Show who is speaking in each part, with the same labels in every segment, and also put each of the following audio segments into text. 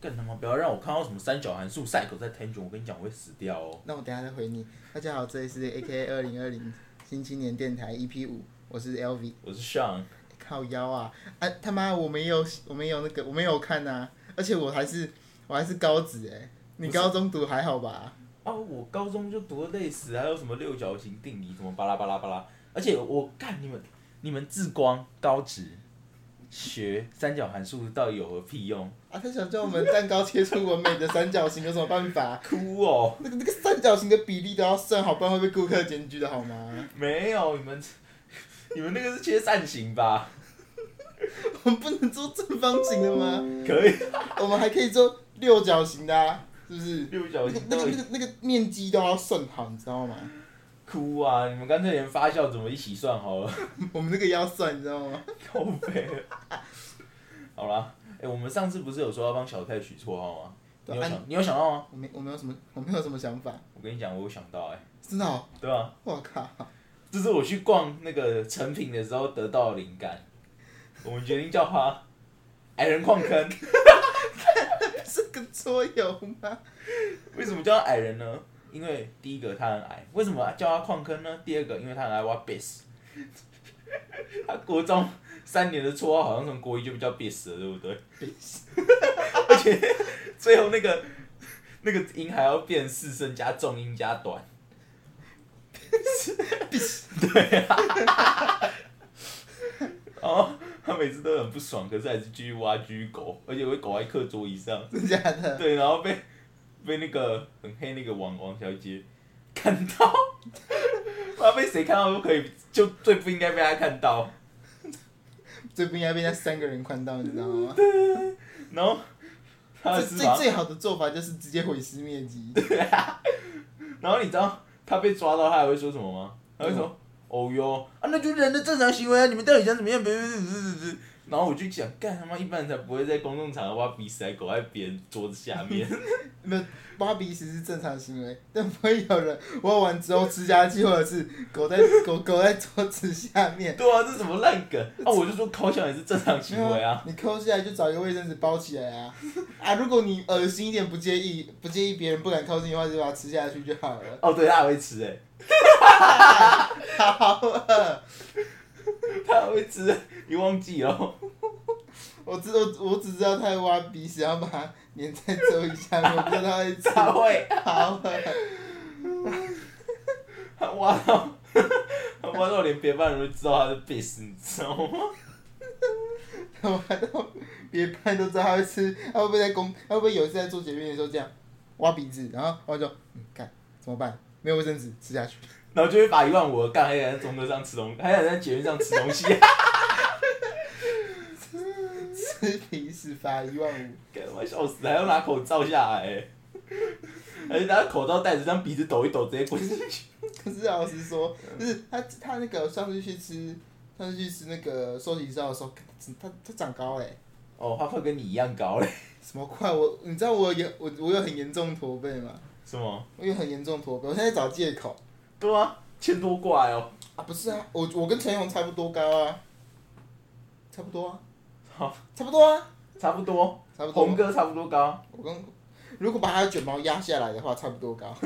Speaker 1: 干他妈不要让我看到什么三角函数、赛狗在 tangent，我跟你讲我会死掉哦。
Speaker 2: 那我等一下再回你。大家好，这里是 AK 二零二零新青年电台 EP 五，我是 LV。
Speaker 1: 我是 Sean，
Speaker 2: 靠腰啊！啊他妈，我没有，我没有那个，我没有看呐、而且我还是我还是高职哎、你
Speaker 1: 不是
Speaker 2: 高中读还好吧？
Speaker 1: 啊，我高中就读的累死，啊还有什么六角形定理，什么巴拉巴拉巴拉。而且我干你们，你们智光高职学三角函数到底有何屁用？
Speaker 2: 啊，他想叫我们蛋糕切出完美的三角形，有什么办法？
Speaker 1: 哭哦！
Speaker 2: 那个那个三角形的比例都要算好，不然会被顾客检举的好吗？
Speaker 1: 没有你们，你们那个是切扇形吧？
Speaker 2: 我们不能做正方形的吗？
Speaker 1: 可以，
Speaker 2: 我们还可以做六角形的、啊，是不是？
Speaker 1: 六角
Speaker 2: 那个
Speaker 1: 形
Speaker 2: 那
Speaker 1: 到
Speaker 2: 个
Speaker 1: 底
Speaker 2: 那个那个面积都要算好，你知道吗？
Speaker 1: 哭啊！你们干脆连发酵怎么一起算好了。
Speaker 2: 我们那个也要算，你知道吗？
Speaker 1: 靠背。 好啦，哎、我们上次不是有说要帮小泰取绰号吗？你
Speaker 2: 对
Speaker 1: 有
Speaker 2: 啊
Speaker 1: 想，你有想到吗？
Speaker 2: 我没我没有什么我没有什么想法，
Speaker 1: 我跟你讲，我有想到哎、
Speaker 2: 真的、哦，
Speaker 1: 对啊，
Speaker 2: 我靠！
Speaker 1: 这是我去逛那个成品的时候得到的灵感。我们决定叫他矮人矿坑。
Speaker 2: 是个桌游吗？
Speaker 1: 为什么叫他矮人呢？因为第一个他很矮，为什么啊叫他矿坑呢？第二个，因为他很爱挖 bis。他国中三年的绰号好像从国一就叫 bis 了，对不对？ 而且最后那个那个音还要变四声加重音加短。 对、啊。然后他每次都很不爽，可是还是继续挖，继续狗，而且会狗在课桌椅上。
Speaker 2: 真假的？
Speaker 1: 对，然后被被那个很黑那个王王小姐看到， 她被谁看到都可以，就最不应该被她看到。
Speaker 2: 最不应该被那三个人看到，你知道 吗？
Speaker 1: 然后她
Speaker 2: 嗯这
Speaker 1: 的私
Speaker 2: 最
Speaker 1: 房，
Speaker 2: 最好的做法就是直接毁尸灭迹。
Speaker 1: 然后你知道她被抓到，她还会说什么吗？她会
Speaker 2: 嗯
Speaker 1: 说：“哦哟，啊，那就是人的正常行为啊，你们到底想怎么样？”别别别别别别。然后我就想，干他妈一般人才不会在公众场合挖鼻屎，还狗在别人桌子下面。
Speaker 2: 没有，挖鼻屎是正常行为，但不会有人挖完之后吃下去，或者是狗在狗狗在桌子下面。
Speaker 1: 对啊，这什么烂梗啊！我就说抠笑也是正常行为啊。
Speaker 2: 你抠下来就找一个卫生纸包起来啊！啊，如果你恶心一点，不介意，不介意别人不敢靠近的话，就把它吃下去就好了。
Speaker 1: 哦，对，他还会吃哎、
Speaker 2: 好饿，
Speaker 1: 他还会吃，你忘记哦了？
Speaker 2: 我只我我只知道它会挖鼻屎，然后把它粘在桌椅下面，我不知道它会吃。
Speaker 1: 他会，
Speaker 2: 好饿。
Speaker 1: 他挖到， 他挖到连别班人都知道他是 bis，你知道吗？
Speaker 2: 我看到别班都知道他会吃，他会不会在公，他会不会有一次在做节目的时候这样挖鼻子，然后我就嗯，干怎么办？没有卫生纸，吃下去。
Speaker 1: 然后就会把一万五的干，还敢在中车上吃东，还敢在捷运上吃东西，
Speaker 2: 吃皮屎罚一万五，
Speaker 1: 干我笑死，还要拿口罩下来、欸，而且拿口罩戴着，让鼻子抖一抖，直接滚进去。
Speaker 2: 可是老实说，就是他他那个上次去吃，上次去吃那个寿喜烧的时候，他他长高嘞、
Speaker 1: 哦，他快跟你一样高嘞，
Speaker 2: 什么快？我你知道我有我我有很严重驼背吗？
Speaker 1: 是吗？
Speaker 2: 我有很严重驼背，我现在找借口
Speaker 1: 对啊，千多挂哦，
Speaker 2: 啊，不是啊，我我跟陈勇差不多高啊，差不多啊，
Speaker 1: 好，
Speaker 2: 差不多啊，
Speaker 1: 差不多，
Speaker 2: 差不多。啊
Speaker 1: 红哥差不多高。
Speaker 2: 我跟如果把他的卷毛压下来的话，差不多高。啊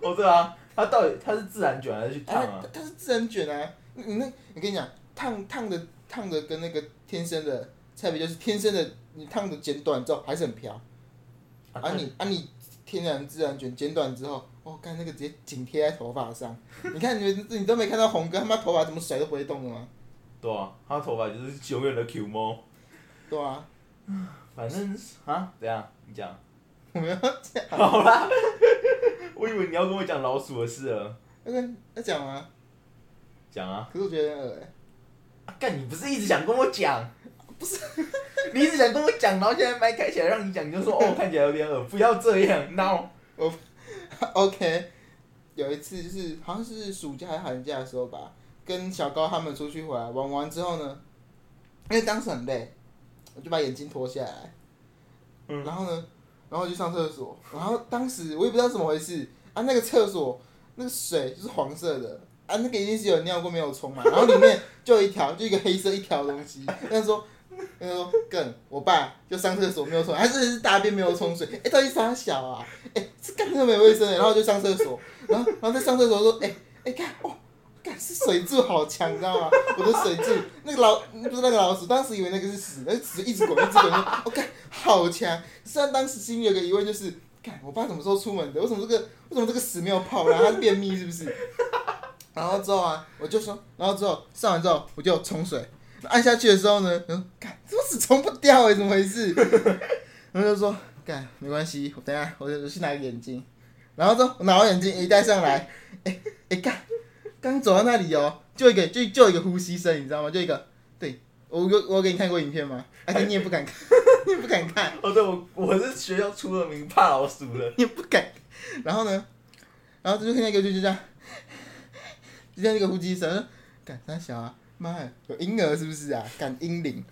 Speaker 1: 哦，对啊，他到底他是自然卷还是去烫
Speaker 2: 它
Speaker 1: 啊？
Speaker 2: 哎它是自然卷啊！你你那，我跟你讲，烫烫的烫的跟那个天生的差别就是，天生的你烫的剪短之后还是很飘，啊你啊你天然自然卷剪短之后，哦，看那个直接紧贴在头发上。你看你们你都没看到红哥他妈头发怎么甩都不会动的吗？
Speaker 1: 对啊，他头发就是永远的 Q 猫。
Speaker 2: 对啊，
Speaker 1: 反正啊，怎样？你讲。
Speaker 2: 我们要讲，
Speaker 1: 好啦， 我以为你要跟我讲老鼠的事了。
Speaker 2: 要跟要讲啊吗？
Speaker 1: 讲啊！
Speaker 2: 可是我觉得 有点恶欸
Speaker 1: 啊干、你不是一直想跟我讲？不 是，你一直想跟我讲，然后现在麦开起来让你讲，你就说哦，看起来有点恶，不要这样，no。
Speaker 2: OK，有一次就是好像是暑假还是寒假的时候吧，跟小高他们出去回来玩完之后呢，因为当时很累，我就把眼镜脱下来，
Speaker 1: 嗯
Speaker 2: 然后呢，然后就上厕所，然后当时我也不知道怎么回事啊，那个厕所那个水就是黄色的啊，那个一定是有人尿过没有冲嘛，然后里面就有一条就一个黑色一条东西，他说。他说：“更，我爸就上厕所没有冲，他真的是大便没有冲水。哎、到底啥小啊？哎、这干的没卫生、欸。然后就上厕所，然后然后在上厕所说：哎、哎、看哦，干是水柱好强，你知道吗？我的水柱，那个老不是那个老鼠，当时以为那个是屎，那屎一直滚一直滚，我、哦、干好强。虽然当时心里有个疑问，就是干我爸什么时候出门的？为什么这个为什么这个屎没有泡？然后他是便秘是不是？然后之后啊，我就说，然后之后上完之后我就冲水，按下去的时候呢，嗯，干怎么屎冲不掉哎、怎么回事？然后就说干没关系，我等一下我我去拿个眼镜，然后之后我拿我眼镜一戴上来，哎、哎干。刚走到那里哦，就一个就就一个呼吸声，你知道吗？就一个，对我有我有给你看过影片吗？而且你也不敢看， 你也不敢看，
Speaker 1: 哦，对，我我是学校出了名怕老鼠的。
Speaker 2: 你也不敢。然后呢，然后就看见一个就就这样，就像那个呼吸声，敢三小啊，妈呀，有婴儿是不是啊？敢婴灵，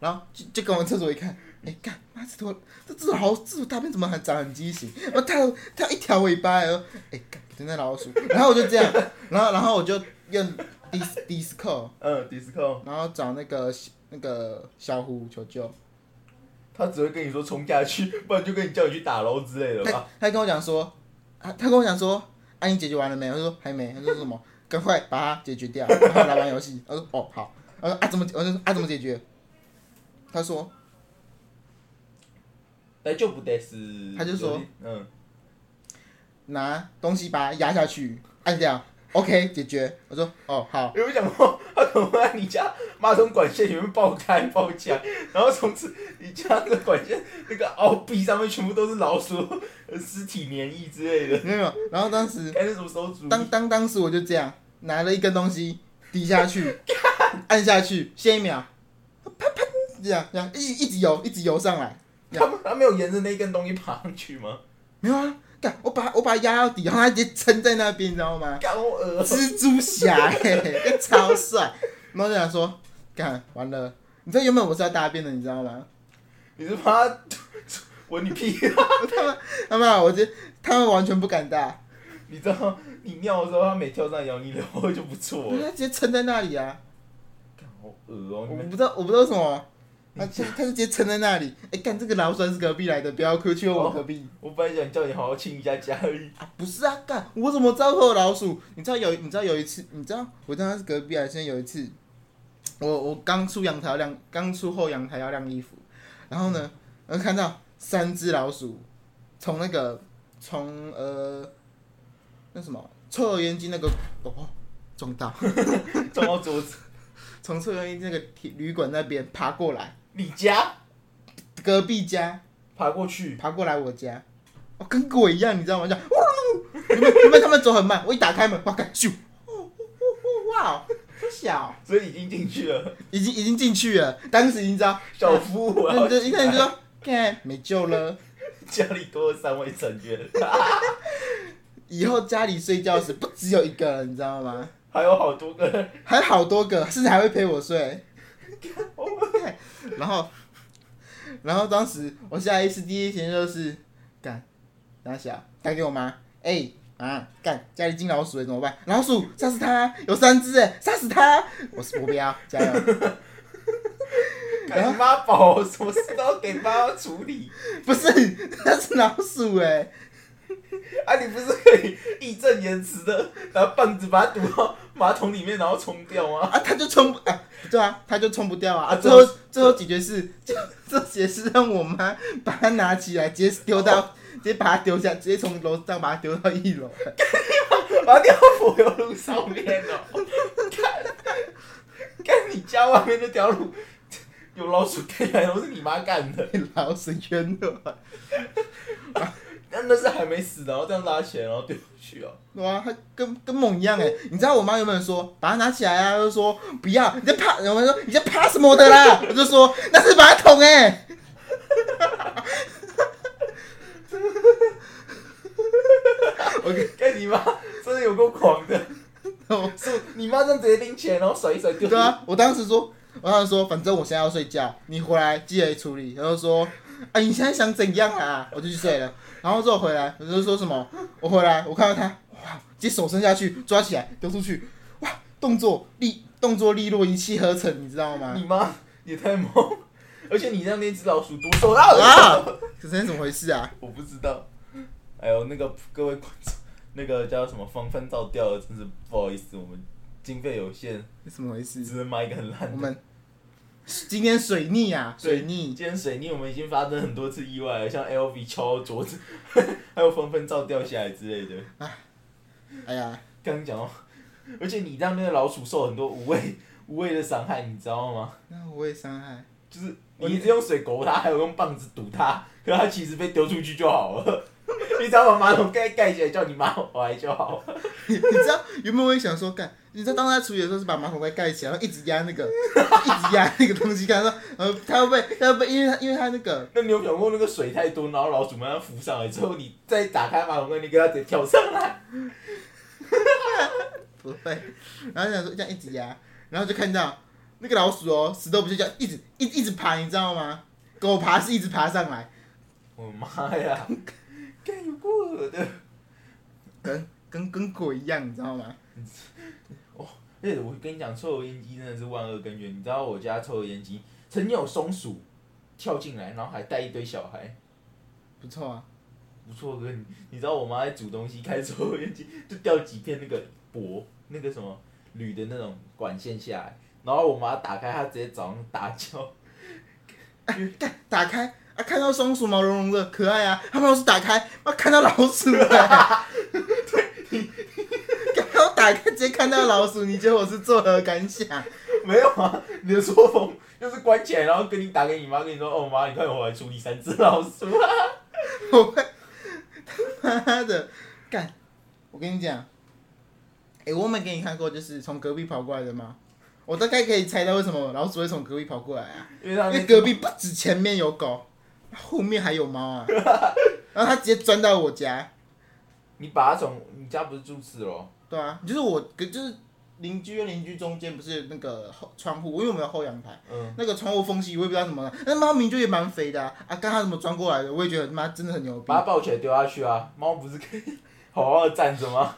Speaker 2: 然后就就跟我厕所一看，哎、干妈这坨这这种好这种大便怎么还长很畸形？然后它有它有一条尾巴，然后哎干真的老鼠，然后我就这样，然后然后我就用 dis disco。
Speaker 1: 嗯，disco，
Speaker 2: 然后找那个那个小虎求救。
Speaker 1: 他只会跟你说冲下去，不然就跟你叫你去打楼之类的
Speaker 2: 他
Speaker 1: 吧。
Speaker 2: 他跟我讲说，啊，他跟我讲说，啊，你解决完了没？我说还没。他说什么？赶快把它解决掉，然后来玩游戏。我说哦好。我说啊怎么？我就说啊怎么解决？他说
Speaker 1: 但就不得是，
Speaker 2: 他就说，
Speaker 1: 嗯，
Speaker 2: 拿东西把它压下去，按掉。OK，解决。我说哦好。
Speaker 1: 有没有想过他可能会在你家马桶管线里面爆开爆浆，然后从此你家那个管线那个凹壁上面全部都是老鼠的尸体粘液之类 的，
Speaker 2: 没有没有。然后当时
Speaker 1: 该是什么时候煮？
Speaker 2: 当当当时我就这样拿了一根东西滴下去，按下去，下一秒，啪啪，这样这样一一直游一直游上来。
Speaker 1: 他他没有沿着那根东西爬上去吗？
Speaker 2: 没有啊，干我把我把它压到底，然后它直接撑在那边，你知 道吗？
Speaker 1: 干我鹅，
Speaker 2: 蜘蛛侠、欸，超帅。然后就想说，干完了，你知道原本我是要大便的，你知道吗？
Speaker 1: 你是怕 他闻你屁？
Speaker 2: 他们我这他们完全不敢大，
Speaker 1: 你知道你尿的时候他没跳上来咬你的话就不错 了。
Speaker 2: 他直接撑在那里啊！
Speaker 1: 干好恶哦、
Speaker 2: 我
Speaker 1: 你们
Speaker 2: 不知道我不知道为什么，啊他他他就直接撑在那里。哎、干这个老酸是隔壁来的，不要哭去我隔壁。
Speaker 1: 我本来想叫你好好亲一下家里，
Speaker 2: 啊，不是啊，干，我怎么知道会有老鼠？你知道有，你知道有一次，你知道我知道他是隔壁来，现在有一次，我我刚出阳台要晾，刚出后阳台要晾衣服，然后呢，然后看到三只老鼠从那个从呃那什么抽油烟机那个哦撞到，
Speaker 1: 撞到桌子。
Speaker 2: 从抽油烟机那个铁旅馆那边爬过来，
Speaker 1: 你家
Speaker 2: 隔壁家
Speaker 1: 爬过去，
Speaker 2: 爬过来我家。哦，跟鬼一样，你知道吗？这样，呜噜，因为因为他们走很慢，我一打开门，哇，干咻，哇，不小，
Speaker 1: 所以已经进去了。
Speaker 2: 已经已经进去了，当时已经知道，
Speaker 1: 小夫，我
Speaker 2: 那
Speaker 1: 要
Speaker 2: 你就一
Speaker 1: 进
Speaker 2: 看你就
Speaker 1: 来。
Speaker 2: 说，看没救了，
Speaker 1: 家里多了三位成员，
Speaker 2: 以后家里睡觉时不只有一个人，你知道吗？
Speaker 1: 还有好多个 人。
Speaker 2: 还有好多个，甚至还会陪我睡。然后，然后当时我下意识第一时间就是干，拿小打给我妈，哎、啊，干家里进老鼠了怎么办？老鼠杀死它，有三只哎，杀死它！我是我不要，加油！
Speaker 1: 干你妈宝，什么事都要给妈妈处理。
Speaker 2: 不是，那是老鼠哎，
Speaker 1: 啊，你不是可以义正言辞的拿棒子把它堵到马桶里面，然后冲掉吗？
Speaker 2: 啊，它就冲不啊，对啊，它就冲不掉啊。啊
Speaker 1: 啊
Speaker 2: 最后最后解决是，最最后解决是让我妈把它拿起来，直接丢到，直接把它丢下，直接从楼上把它丢到一楼。
Speaker 1: 把它掉到柏油路上面哦。 干，干你家外面那条路有老鼠，看起来都是你妈干的。
Speaker 2: 老鼠冤了，
Speaker 1: 那那是还没死的，然后这样拉起来，然后丢回去哦。
Speaker 2: 哇，它啊跟跟梦一样哎！你知道我妈原本说把它拿起来啊，她就说不要，你在怕，我妈说你在怕什么的啦，我就说那是马桶哎， 我跟
Speaker 1: 干你妈，真的有够狂的！
Speaker 2: 我
Speaker 1: 是你妈这样直接拎起来，然后甩一甩丢。
Speaker 2: 对啊，我当时说然后他说反正我现在要睡觉，你回来记得处理。然后说啊你现在想怎样啊？我就去睡了。然后之后回来，我就说什么？我回来，我看到他，哇，直接手伸下去抓起来丢出去，哇，动作利动作利落，一气呵成，你知道吗？
Speaker 1: 你 妈也太猛！而且你让那只老鼠多受到了，
Speaker 2: 啊，这是怎么回事啊？
Speaker 1: 我不知道。哎呦，那个各位观众，那个叫什么防范照掉了，真是不好意思，我们经费有限，
Speaker 2: 这怎么回事？
Speaker 1: 只能买一个很烂
Speaker 2: 我
Speaker 1: 的。
Speaker 2: 们今天水逆啊，
Speaker 1: 对
Speaker 2: 水逆，
Speaker 1: 今天水逆我们已经发生很多次意外了，像 LV 敲到桌子， 还有防分罩掉下来之类的。
Speaker 2: 哎呀，
Speaker 1: 刚刚讲到，而且你让那个老鼠受很多无谓无谓的伤害，你知道吗？
Speaker 2: 那我也伤害。
Speaker 1: 就是哦你一直用水狗它，还有用棒子堵它，可它其实被丢出去就好了。 你只要把马桶盖盖起来，叫你妈回来就好。
Speaker 2: 你知道原本我也想说干，你知道当他处理的时候是把马桶盖盖起来，然后一直压那个，一直压那个东西，看到然后他会被他会被，因为他因为他那个
Speaker 1: 那你有想过那个水太多，然后老鼠慢慢浮上来之后，你再打开马桶盖，你给它直接跳上来，
Speaker 2: 不会，然后想说这样一直压，然后就看到那个老鼠哦，死都不就这样一直一一直爬，你知道吗？狗爬是一直爬上来，
Speaker 1: 我妈呀，干有够恶的。
Speaker 2: 跟跟跟鬼一样，你知道吗？
Speaker 1: 而且我跟你讲，抽油烟机真的是万恶根源。你知道我家抽油烟机曾经有松鼠跳进来，然后还带一堆小孩。
Speaker 2: 不错啊，
Speaker 1: 不错哥，你你知道我妈在煮东西，开抽油烟机就掉几片那个箔，那个什么铝的那种管线下来，然后我妈打开，她直接早上大叫，
Speaker 2: 打开啊，看到松鼠毛茸茸的，可爱啊，他们老是打开，妈看到老鼠了， 对，刚刚打开直接看到老鼠，你觉得我是作何感想？
Speaker 1: 没有啊，你的作风就是关起来，然后跟你打给你妈，跟你说，哦妈，你快点回来处理三只老鼠啊！
Speaker 2: 我会他妈的干！我跟你讲，哎、我没给你看过，就是从隔壁跑过来的吗？我大概可以猜到为什么老鼠会从隔壁跑过来啊，
Speaker 1: 因为她
Speaker 2: 因 为
Speaker 1: 那
Speaker 2: 隔壁不止前面有狗，后面还有猫啊，然后它直接钻到我家，
Speaker 1: 你把它从你家不是住四楼，
Speaker 2: 对啊，就是我就是邻居跟邻居中间不是那个后窗户，因为我们有后阳台。
Speaker 1: 嗯，
Speaker 2: 那个窗户缝隙我也不知道什么，那猫明就也蛮肥的啊，啊，刚它怎么钻过来的，我也觉得妈真的很牛逼
Speaker 1: 把。它抱起来丢下去啊，猫不是可以好好的站着吗？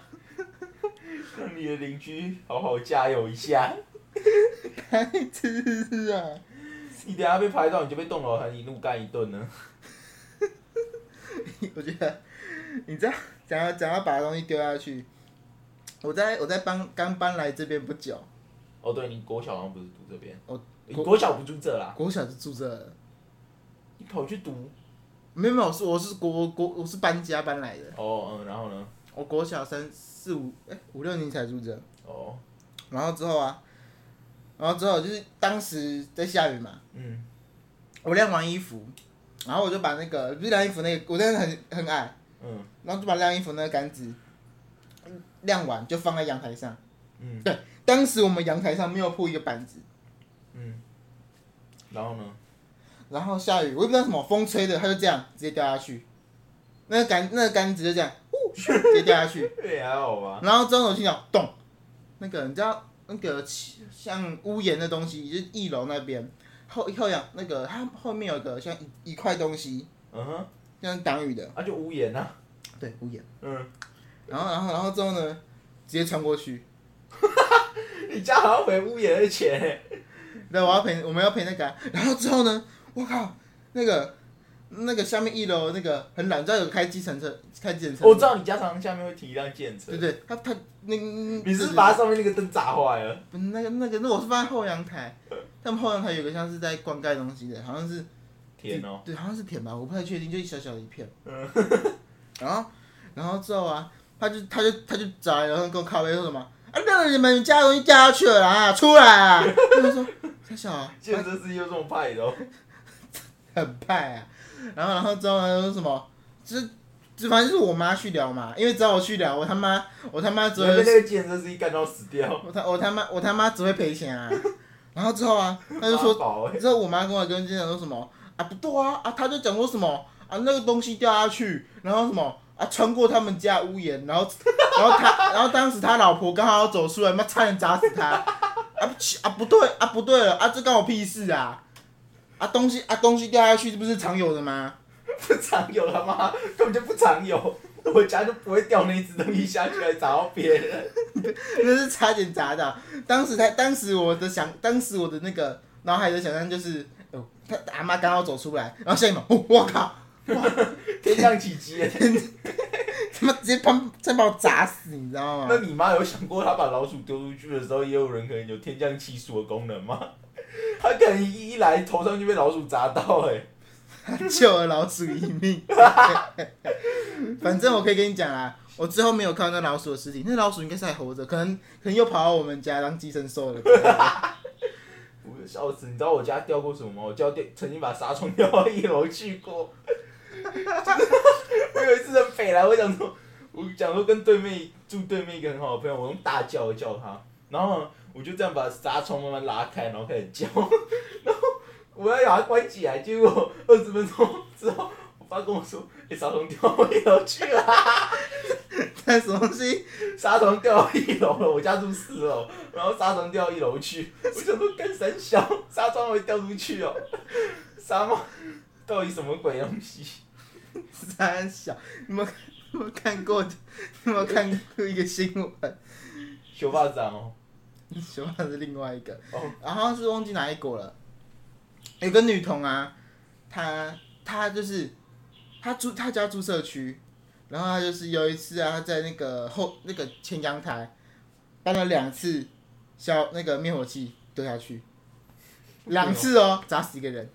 Speaker 1: 让你的邻居好好加油一下。
Speaker 2: 白痴啊！
Speaker 1: 你等下被拍到，你就被栋楼很一路干一顿呢。
Speaker 2: 我觉得你知道，讲要讲要把东西丢下去。我在我在搬刚搬来这边不久，
Speaker 1: 哦，对，你国小好像不是读这边，
Speaker 2: 我
Speaker 1: 你
Speaker 2: 国
Speaker 1: 哦国小不住这啦，
Speaker 2: 国小就住这了，
Speaker 1: 你跑去读
Speaker 2: 没有没有，我是我是国国我是搬家搬来的，
Speaker 1: 哦，嗯，然后呢？
Speaker 2: 我国小三四五哎、五六年级才住这，
Speaker 1: 哦，
Speaker 2: 然后之后啊，然后之后就是当时在下雨嘛，
Speaker 1: 嗯，
Speaker 2: 我晾完衣服，然后我就把那个不是晾衣服那个，我真的很很矮，
Speaker 1: 嗯，
Speaker 2: 然后就把晾衣服那个杆子晾完就放在阳台上，
Speaker 1: 嗯，
Speaker 2: 当时我们阳台上没有铺一个板子。
Speaker 1: 嗯，然后呢？
Speaker 2: 然后下雨，我也不知道什么风吹的，它就这样直接掉下去。那个杆那个杆子就这样，呼咻直接掉下去。
Speaker 1: 也还啊好吧。
Speaker 2: 然后之后我心想，咚，那个你知道那个气像屋檐的东西，就是一楼那边后后阳那个它后面有个像一一块东西，
Speaker 1: 嗯哼，
Speaker 2: 像挡雨的，
Speaker 1: 啊，就屋檐啊，
Speaker 2: 对屋檐。
Speaker 1: 嗯，
Speaker 2: 然后然后然后之后呢，直接穿过去。
Speaker 1: 你家好像赔屋檐的钱欸
Speaker 2: 对，我要赔，我们要赔那个啊、然后之后呢，我靠，那个那个下面一楼那个很懒，你知道有开计程车，开计程车。
Speaker 1: 我知道你家常常下面会停一辆电车
Speaker 2: 对，对，他他那你
Speaker 1: 你是不是把它上面那个灯砸坏了？
Speaker 2: 不是那个那个那我是放在后阳台，他们后阳台有个像是在灌溉东西的，好像是
Speaker 1: 天哦，
Speaker 2: 对，好像是田吧，我不太确定，就一小小的一片。
Speaker 1: 嗯
Speaker 2: 然后然后之后啊，他就他就他就找来，然后跟我靠背说什么啊，那个你们家的东西掉下去了啊，出来啊！ 他就说小小啊，
Speaker 1: 建设司机又这么派的哦，
Speaker 2: 很派啊。然后然后之后呢，说什么就是。就反正就是我妈去聊嘛，因为只要我去聊，我他妈我他妈
Speaker 1: 你
Speaker 2: 只
Speaker 1: 会被
Speaker 2: 会
Speaker 1: 那个建设司机干到死掉。
Speaker 2: 我他我他妈我他妈只会赔钱啊！ 然后之后啊，他就说
Speaker 1: 妈宝欸
Speaker 2: 之后我妈跟我跟经常说什么啊不对啊啊，他就讲说什么啊那个东西掉下去，然后什么啊穿过他们 家屋檐，然后然后他然后当时他老婆刚好要走出来，妈差点砸死他。啊奇啊不对啊不对了啊这关我屁事啊！啊东西啊东西掉下去这不是常有的吗？
Speaker 1: 不常有他妈，根本就不常有。我家就不会掉那一只东西下去，还砸到别人。
Speaker 2: 那是差点砸到。当时他，当时我的想，当时我的那个脑海的想象就是，哦，他阿妈刚好走出来，然后下一秒，哦，我靠，
Speaker 1: 天降奇迹耶！
Speaker 2: 他妈直接把真把我砸死，你知道
Speaker 1: 那
Speaker 2: 吗？
Speaker 1: 你妈有想过，她把老鼠丢出去的时候，也有人可能有天降奇数的功能吗？她可能一来头上就被老鼠砸到、欸，
Speaker 2: 救了老鼠一命。 反正我可以跟你讲啦，我之后没有看到那老鼠的尸体，那老鼠应该是还活着，可能可能又跑到我们家当寄生兽了。
Speaker 1: 我笑死！你知道我家掉过什么吗？我家掉曾经把纱窗掉到一楼去过。我有一次很北来，我想说，我想说跟对面住对面一个很好的朋友，我用大叫叫他，然后呢我就这样把纱窗慢慢拉开，然后开始叫， 然后我要把它关起来，结果二十分钟之后，我爸跟我说，哎、纱窗掉到一楼去了。
Speaker 2: 那什么东西？
Speaker 1: 纱窗掉到一楼了，我家住四楼，然后纱窗掉到一楼去，我想说干三小，纱窗会掉出去哦，纱帽到底什么鬼东西？
Speaker 2: 三小，你们有没有看过？你有没有看过一个新闻？
Speaker 1: 修发展哦，
Speaker 2: 熊猫是另外一个，
Speaker 1: 哦
Speaker 2: 然后是忘记哪一国了。有个女童啊，她她就是她住她家住社区，然后她就是有一次啊，她在那个后那个前阳台搬了两次消那个灭火器丢下去，两次哦，砸死一个人。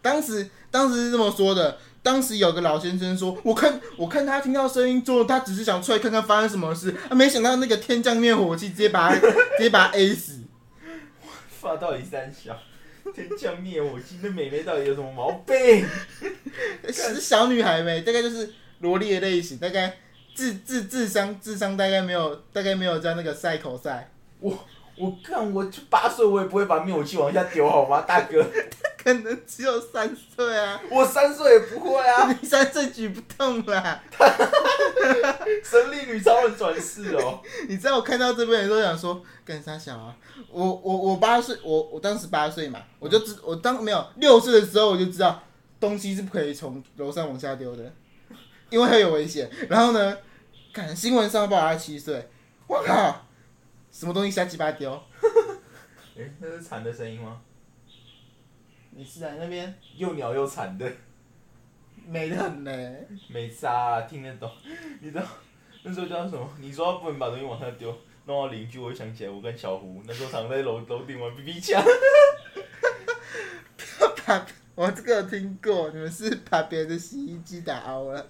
Speaker 2: 当时当时是这么说的，当时有个老先生说：“我看，我看他听到声音之后，他只是想出来看看发生什么事，啊，没想到那个天降灭火器直接把他直接把他 A 死。
Speaker 1: 发到底三小，天降灭火器，那美眉到底有什么毛病？
Speaker 2: 是小女孩呗，大概就是萝莉的类型，大概智智智商智商大概没有大概没有在那个赛口赛，
Speaker 1: 我看我就八岁，我也不会把灭火器往下丢好吗，大哥？
Speaker 2: 可能只有三岁啊，
Speaker 1: 我三岁也不会啊，
Speaker 2: 你三岁举不动啦。
Speaker 1: 神力女超人转世哦，
Speaker 2: 你知道我看到这边的时候想说，干啥小啊？我我我八岁，我我当时八岁嘛，我就知我当没有六岁的时候我就知道东西是不可以从楼上往下丢的，因为会有危险。然后呢，看新闻上报他七岁，我靠，什么东西瞎鸡巴丢？
Speaker 1: 诶，那是蝉的声音吗？
Speaker 2: 你是在那边
Speaker 1: 又鸟又蝉的。
Speaker 2: 美得很呢、
Speaker 1: 没差、啊，听得懂。你知道那时候叫什么？你说不能把东西往下丢，弄到邻居，我就想起来我跟小胡那时候躺在 楼楼顶玩 BB 枪，
Speaker 2: 我这个有听过，你们是把别人的洗衣机打凹了，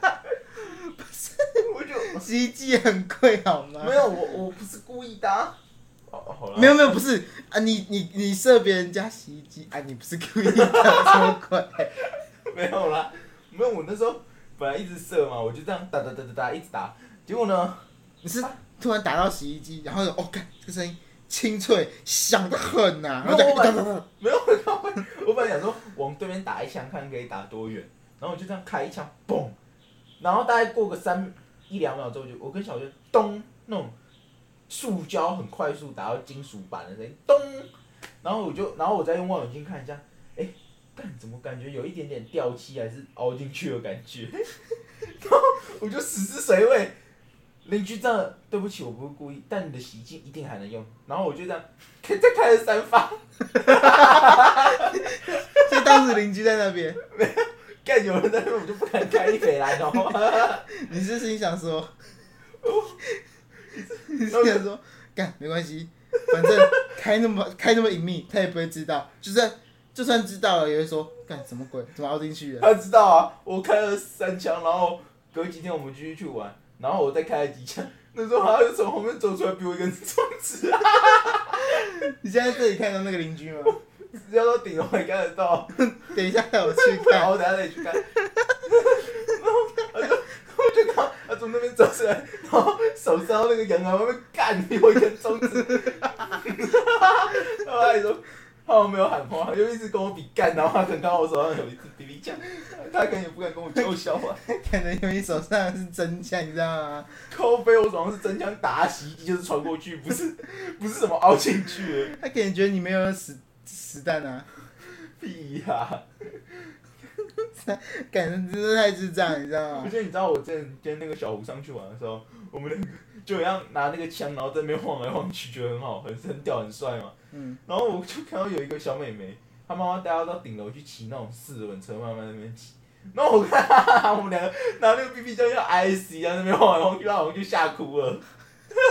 Speaker 1: 我就
Speaker 2: 洗衣机很贵好吗？
Speaker 1: 没有我我不是故意的、啊。 哦，好了。
Speaker 2: 没有没有，不是啊，你你你射别人家洗衣机啊，你不是故意的，什么鬼？
Speaker 1: 没有啦，没有。我那时候本来一直射嘛，我就这样打打打打打一直打，结果呢，
Speaker 2: 你是突然打到洗衣机，然后哦，看这个声音清脆，响得很呐、
Speaker 1: 没有
Speaker 2: 然后就
Speaker 1: 我本
Speaker 2: 当
Speaker 1: 来
Speaker 2: 当当
Speaker 1: 没有我本来我本来想说往对面打一枪，看可以打多远，然后我就这样开一枪，嘣，然后大概过个三一两秒之后，就我跟小娟咚那种塑胶很快速打到金属板的声音，咚，然后我就然后我再用望远镜看一下，哎，干怎么感觉有一点点掉漆还是凹进去的感觉， 然后我就死之谁位。邻居这样，对不起，我不是故意，但你的洗衣机一定还能用。然后我就这样，开再开了三发，
Speaker 2: 所以当时邻居在那边，
Speaker 1: 干有人在那边，我就不敢开一北来，然后
Speaker 2: 你是心想说，你是想说，干没关系，反正开那么开那么隐秘，他也不会知道，就算就算知道了，也会说干什么鬼，怎么凹进去了？
Speaker 1: 他知道啊，我开了三枪，然后隔几天我们继续去玩，然后我再开了几枪，那时候他就从后面走出来，比我一个人壮直啊，
Speaker 2: 你现在这里看到那个邻居吗？
Speaker 1: 直接到顶楼还看得到，
Speaker 2: 等一下带我去
Speaker 1: 然
Speaker 2: 看，
Speaker 1: 后我等下再去看，然后他就我就看到他从那边走出来，然后手伸到那个阳台外面干，比我一个人壮直，然后他还说。他们没有喊话，他就一直跟我比干，然后他可能看到我手上有一支 BB 枪，他可能也不敢跟我叫嚣啊。
Speaker 2: 可能因为手上是真枪，你知道吗？
Speaker 1: 靠背，我手上是真枪打洗衣机，就是穿过去，不是不是什么凹进去的，
Speaker 2: 他可能觉得你没有实实弹啊，
Speaker 1: 屁呀、
Speaker 2: 感觉真的太智障，你知道
Speaker 1: 而
Speaker 2: 吗？
Speaker 1: 且你知道我之前跟那个小胡上去玩的时候，我们两个就一样拿那个枪，然后在那边晃来晃去，觉得很好，很很屌，很帅嘛。
Speaker 2: 嗯，
Speaker 1: 然后我就看到有一个小妹妹，她妈妈带她到顶楼去骑那种四轮车，慢慢在那边骑。然后我看我们两个拿那个 BB 枪要 IC 啊，那边晃来晃去，然后我就吓哭了。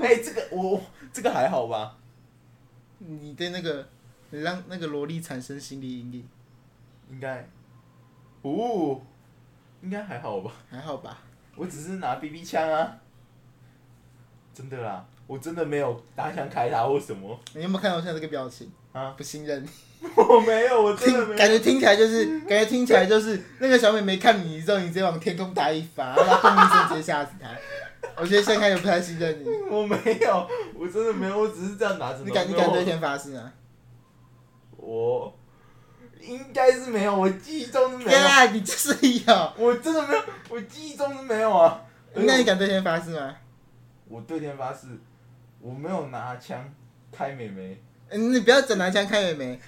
Speaker 1: 哎、这个我这个还好吧？
Speaker 2: 你对那个你让那个萝莉产生心理阴影，
Speaker 1: 应该，哦，应该还好吧？
Speaker 2: 还好吧？
Speaker 1: 我只是拿 BB 枪啊，真的啦，我真的没有打想开他或什么
Speaker 2: 你有没有看到我现在这个表情？
Speaker 1: 啊，
Speaker 2: 不信任，
Speaker 1: 我没有，我真的
Speaker 2: 听
Speaker 1: 没
Speaker 2: 感
Speaker 1: 有。
Speaker 2: 觉听起来就是感觉听起来就是那个小美眉看你之后，你直接往天空打一发，然后砰一声直接吓死她。我觉得现在开始不太信任你，
Speaker 1: 我没有，我真的没有，我只是这样拿着。
Speaker 2: 你敢你
Speaker 1: 然
Speaker 2: 敢
Speaker 1: 后
Speaker 2: 对天发誓啊？
Speaker 1: 我应该是没有，我记忆中是没
Speaker 2: 天
Speaker 1: 有，
Speaker 2: 啊，你就是有，
Speaker 1: 我真的没有，我记忆中是没有啊。
Speaker 2: 那你敢对天发誓吗？
Speaker 1: 我对天发誓，我没有拿枪开美眉，
Speaker 2: 嗯，你不要整拿枪开美 眉，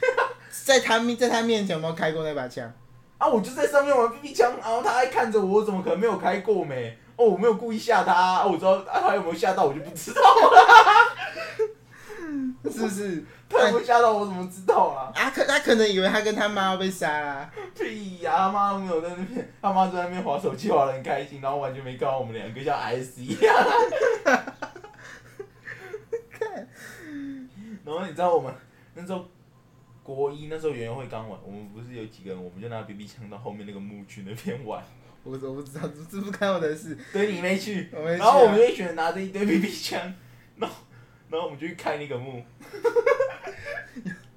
Speaker 2: 在她面在她面前有没有开过那把枪？
Speaker 1: 啊，我就在上面玩 BB 枪，然后他还看着我，我怎么可能没有开过没？哦，我没有故意吓他，啊，我知道啊，他有没有吓到我就不知道啊了，
Speaker 2: 是不是？
Speaker 1: 他有没有吓到我怎么知道啊？
Speaker 2: 啊，可哎他可能以为他跟他妈要被杀啦、
Speaker 1: 屁呀、他妈没有在那边，他妈就在那边划手机划得很开心，然后完全没看到我们两个像 S E 一样。然后你知道我们那时候国一那时候园游会刚玩，我们不是有几个人，我们就拿 BB 枪到后面那个墓区那边玩，
Speaker 2: 我我不知道，这不干我的事。
Speaker 1: 对你没去。
Speaker 2: 我没去、
Speaker 1: 然后我们
Speaker 2: 啊。
Speaker 1: 就一群人拿着一堆 BB 枪，然后然后我们就去开那个幕，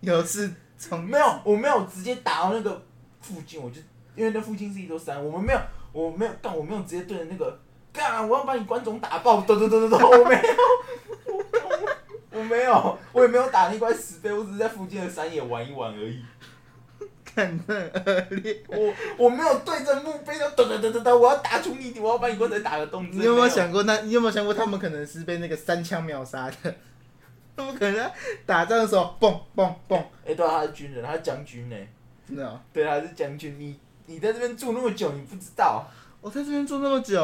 Speaker 2: 有事从
Speaker 1: 没有，我没有直接打到那个附近，我就因为那附近是一座山，我们没有，我没有，但我没有直接对着那个，干，我要把你关总打爆，咚咚咚咚咚，我没有，我我我没有，我也没有打那块石碑，我只是在附近的山野玩一玩而已，
Speaker 2: 看的恶劣。
Speaker 1: 我我没有对着墓碑的咚咚咚咚咚，我要打出你，我要把你棺材打个洞之
Speaker 2: 你
Speaker 1: 类的，
Speaker 2: 有没有想过那？你有没有想过他们可能是被那个三枪秒杀的？ 他们可能打仗的时候蹦蹦蹦，
Speaker 1: 哎、对啊，他是军人，他是将军呢、
Speaker 2: 真的、哦。
Speaker 1: 对啊，他是将军，你你在这边住那么久，你不知道。
Speaker 2: 我在这边住那么久，